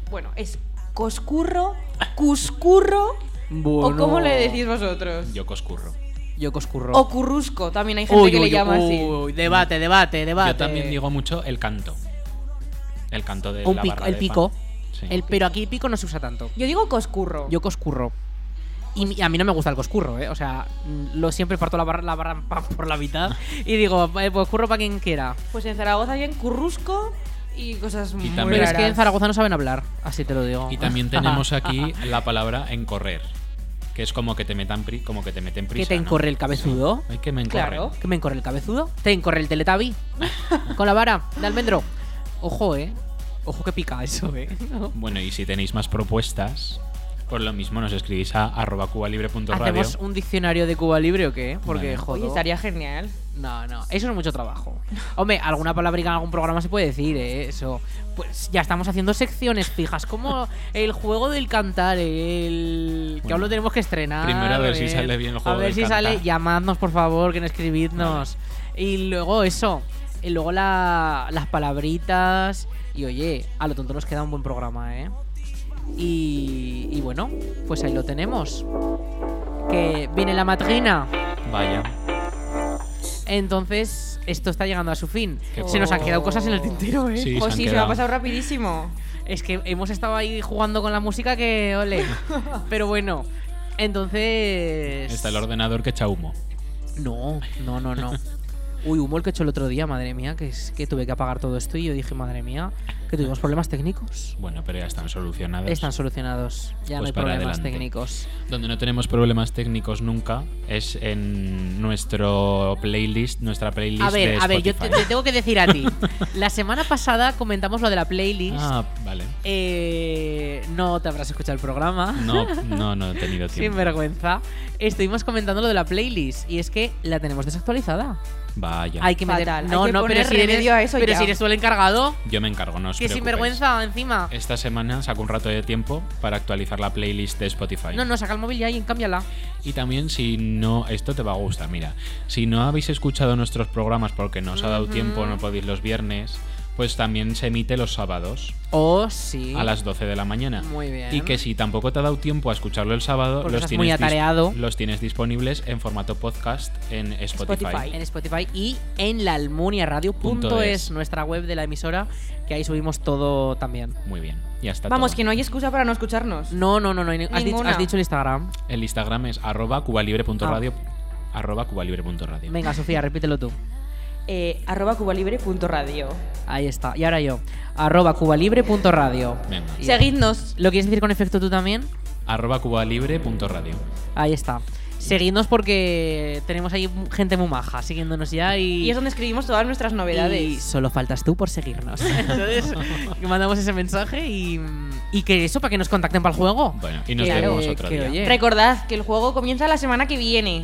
I: Bueno, es coscurro, cuscurro
C: Bueno.
I: o cómo le decís vosotros.
B: Yo coscurro.
C: Yo coscurro.
I: O currusco, también hay gente
C: Uy,
I: que
C: uy,
I: le llama así.
C: uy, debate, debate, debate.
B: Yo también digo mucho el canto. El canto de
C: Un
B: la
C: pico-
B: barra
C: el
B: de
C: pico.
B: pan. Sí.
C: El- pero aquí pico no se usa tanto.
I: Yo digo coscurro.
C: Yo coscurro. Y mi- a mí no me gusta el coscurro, ¿eh? O sea, mm, lo siempre parto la barra, la barra pa- por la mitad y digo, eh, pues curro para quien quiera.
I: Pues en Zaragoza bien currusco y cosas muy
B: también-
C: Pero es
I: raras.
C: que en Zaragoza no saben hablar, así te lo digo.
B: Y también tenemos aquí la palabra encorrer, que es como que te metan pri- como que te meten prisa.
C: que te
B: ¿no?
C: encorre el cabezudo.
B: Ay, que me encorren.
I: Claro.
C: ¿Que me encorre el cabezudo? ¿Te encorre el teletabi? Con la vara de almendro. Ojo, eh. Ojo que pica eso, eh.
B: Bueno, y si tenéis más propuestas, por lo mismo nos escribís a arroba cubalibre.radio.
C: ¿Hacemos un diccionario de Cuba Libre o qué? Porque,
B: Vale.
C: joder.
I: Oye, estaría genial.
C: No, no. Eso es mucho trabajo. Hombre, alguna palabrica en algún programa se puede decir, eh. Eso. Pues ya estamos haciendo secciones fijas. Como el juego del cantar, el. que
B: Bueno,
C: aún lo tenemos que estrenar.
B: primero a ver si
C: eh.
B: sale bien el juego
C: A ver
B: del
C: si
B: cantar.
C: sale. Llamadnos, por favor, que no escribidnos. Y luego eso. Y luego la- las palabritas. Y oye, a lo tonto nos queda un buen programa, eh. Y, y bueno, pues ahí lo tenemos. Que viene la madrina.
B: Vaya.
C: Entonces, esto está llegando a su fin.
B: Qué
C: Se nos han quedado cosas en el tintero, ¿eh?
B: Sí, se
I: Pues
B: han
I: sí, se me
B: quedado.
I: ha pasado rapidísimo.
C: Es que hemos estado ahí jugando con la música que ole. Pero bueno, entonces.
B: Está el ordenador que echa humo.
C: No, no, no, no. Uy, humor que he hecho el otro día, madre mía, que es que tuve que apagar todo esto y yo dije, madre mía, que
B: Pues
C: tuvimos problemas técnicos.
B: Bueno, pero ya están solucionados.
C: Están solucionados, ya no
B: Pues
C: hay
B: para
C: problemas
B: adelante.
C: técnicos.
B: Donde no tenemos problemas técnicos nunca es en nuestro playlist, nuestra playlist
C: A ver,
B: de
C: a ver, yo te,
B: Spotify.
C: te tengo que decir a ti. La semana pasada comentamos lo de la playlist.
B: Ah, vale.
C: Eh, no te habrás escuchado el programa.
B: No, no, no he tenido
C: Sin
B: tiempo.
C: vergüenza. Estuvimos comentando lo de la playlist y es que la tenemos desactualizada.
B: Vaya.
C: Hay que meter.
I: Fatal, hay
C: No,
I: que
C: no,
I: poner
C: pero si eres,
I: remedio a eso
C: pero
I: ya.
C: si eres tú el encargado,
B: Yo me encargo, no os
C: que sin
B: preocupéis.
C: vergüenza encima.
B: Esta semana saco un rato de tiempo para actualizar la playlist de Spotify.
C: No, no, saca el móvil ya y cámbiala.
B: Y también si no, esto te va a gustar, mira, si no habéis escuchado nuestros programas porque no os ha dado tiempo, no podéis los viernes, pues también se emite los sábados
C: Oh, sí.
B: a las 12 de la mañana.
C: Muy bien.
B: Y que si tampoco te ha dado tiempo a escucharlo el sábado,
C: Porque
B: los
C: estás
B: tienes,
C: muy
B: dis-
C: atareado.
B: los tienes disponibles en formato podcast en Spotify.
I: Spotify.
C: En Spotify y en la
B: Punto
C: almuniaradio.es,
B: es.
C: nuestra web de la emisora, que ahí subimos todo también.
B: Muy bien, ya está.
I: Vamos,
B: todo.
I: que no hay excusa para no escucharnos.
C: No, no, no, no. Has, dicho,
I: Ninguna.
C: has dicho el Instagram.
B: El Instagram es arroba cubalibre.radio.
C: Ah.
B: Arroba cubalibre.radio.
C: Venga, Sofía, repítelo tú.
I: Eh, arroba cubalibre.radio.
C: Ahí está. Y ahora yo. Arroba cubalibre.radio.
B: Venga.
C: Y-
I: Seguidnos.
C: ¿Lo quieres decir con efecto tú también?
B: Arroba cubalibre.radio.
C: Ahí está. Seguidnos porque tenemos ahí mu- gente muy maja siguiéndonos ya y.
I: Y es donde escribimos todas nuestras
C: y
I: novedades.
C: solo faltas tú por seguirnos. Entonces, que mandamos ese mensaje y. Y que eso, para que nos contacten para el juego.
B: Bueno, y nos
C: Claro, eh,
B: vemos otro
C: que
B: día.
C: oye.
I: Recordad que el juego comienza la semana que viene.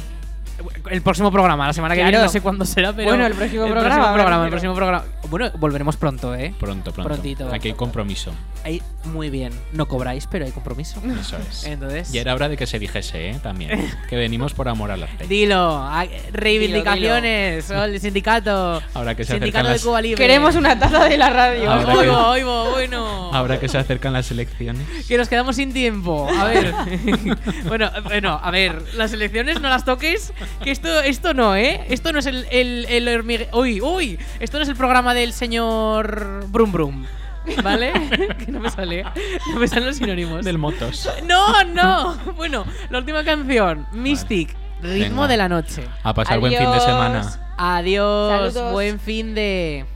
C: El próximo programa, la semana que
I: Claro.
C: viene, no sé cuándo será, pero.
I: Bueno, el próximo
C: el
I: programa,
C: Próximo programa el
I: pero-
C: próximo programa. Bueno, volveremos pronto, ¿eh?
B: Pronto, pronto.
C: Prontito.
B: Aquí hay compromiso.
C: Ahí, muy bien. No cobráis, pero hay compromiso.
B: Eso es.
C: Entonces-
B: Y era hora de que se dijese, ¿eh? También. Que venimos por amor al arte.
C: Dilo, a- reivindicaciones, el sindicato.
B: Ahora que se acercan
C: sindicato de
B: las-
C: Cuba Libre.
I: Queremos una taza de la radio.
B: Ahora
C: Oigo,
B: que-
C: oigo, bueno.
B: Ahora que se acercan las elecciones.
C: Que nos quedamos sin tiempo. A ver. bueno, bueno, a ver. Las elecciones no las toques. Que esto, esto no, ¿eh? Esto no es el, el, el hormigue- Uy, uy. Esto no es el programa del señor Brum Brum. ¿Vale? que no me sale. No me salen los sinónimos.
B: Del motos.
C: No, no. Bueno, la última canción. Mystic. Ritmo
B: Venga.
C: de la noche.
B: A pasar buen fin de
I: Adiós.
B: semana.
C: Adiós.
I: Saludos.
C: Buen fin de.
A: Oh, Oh, Oh.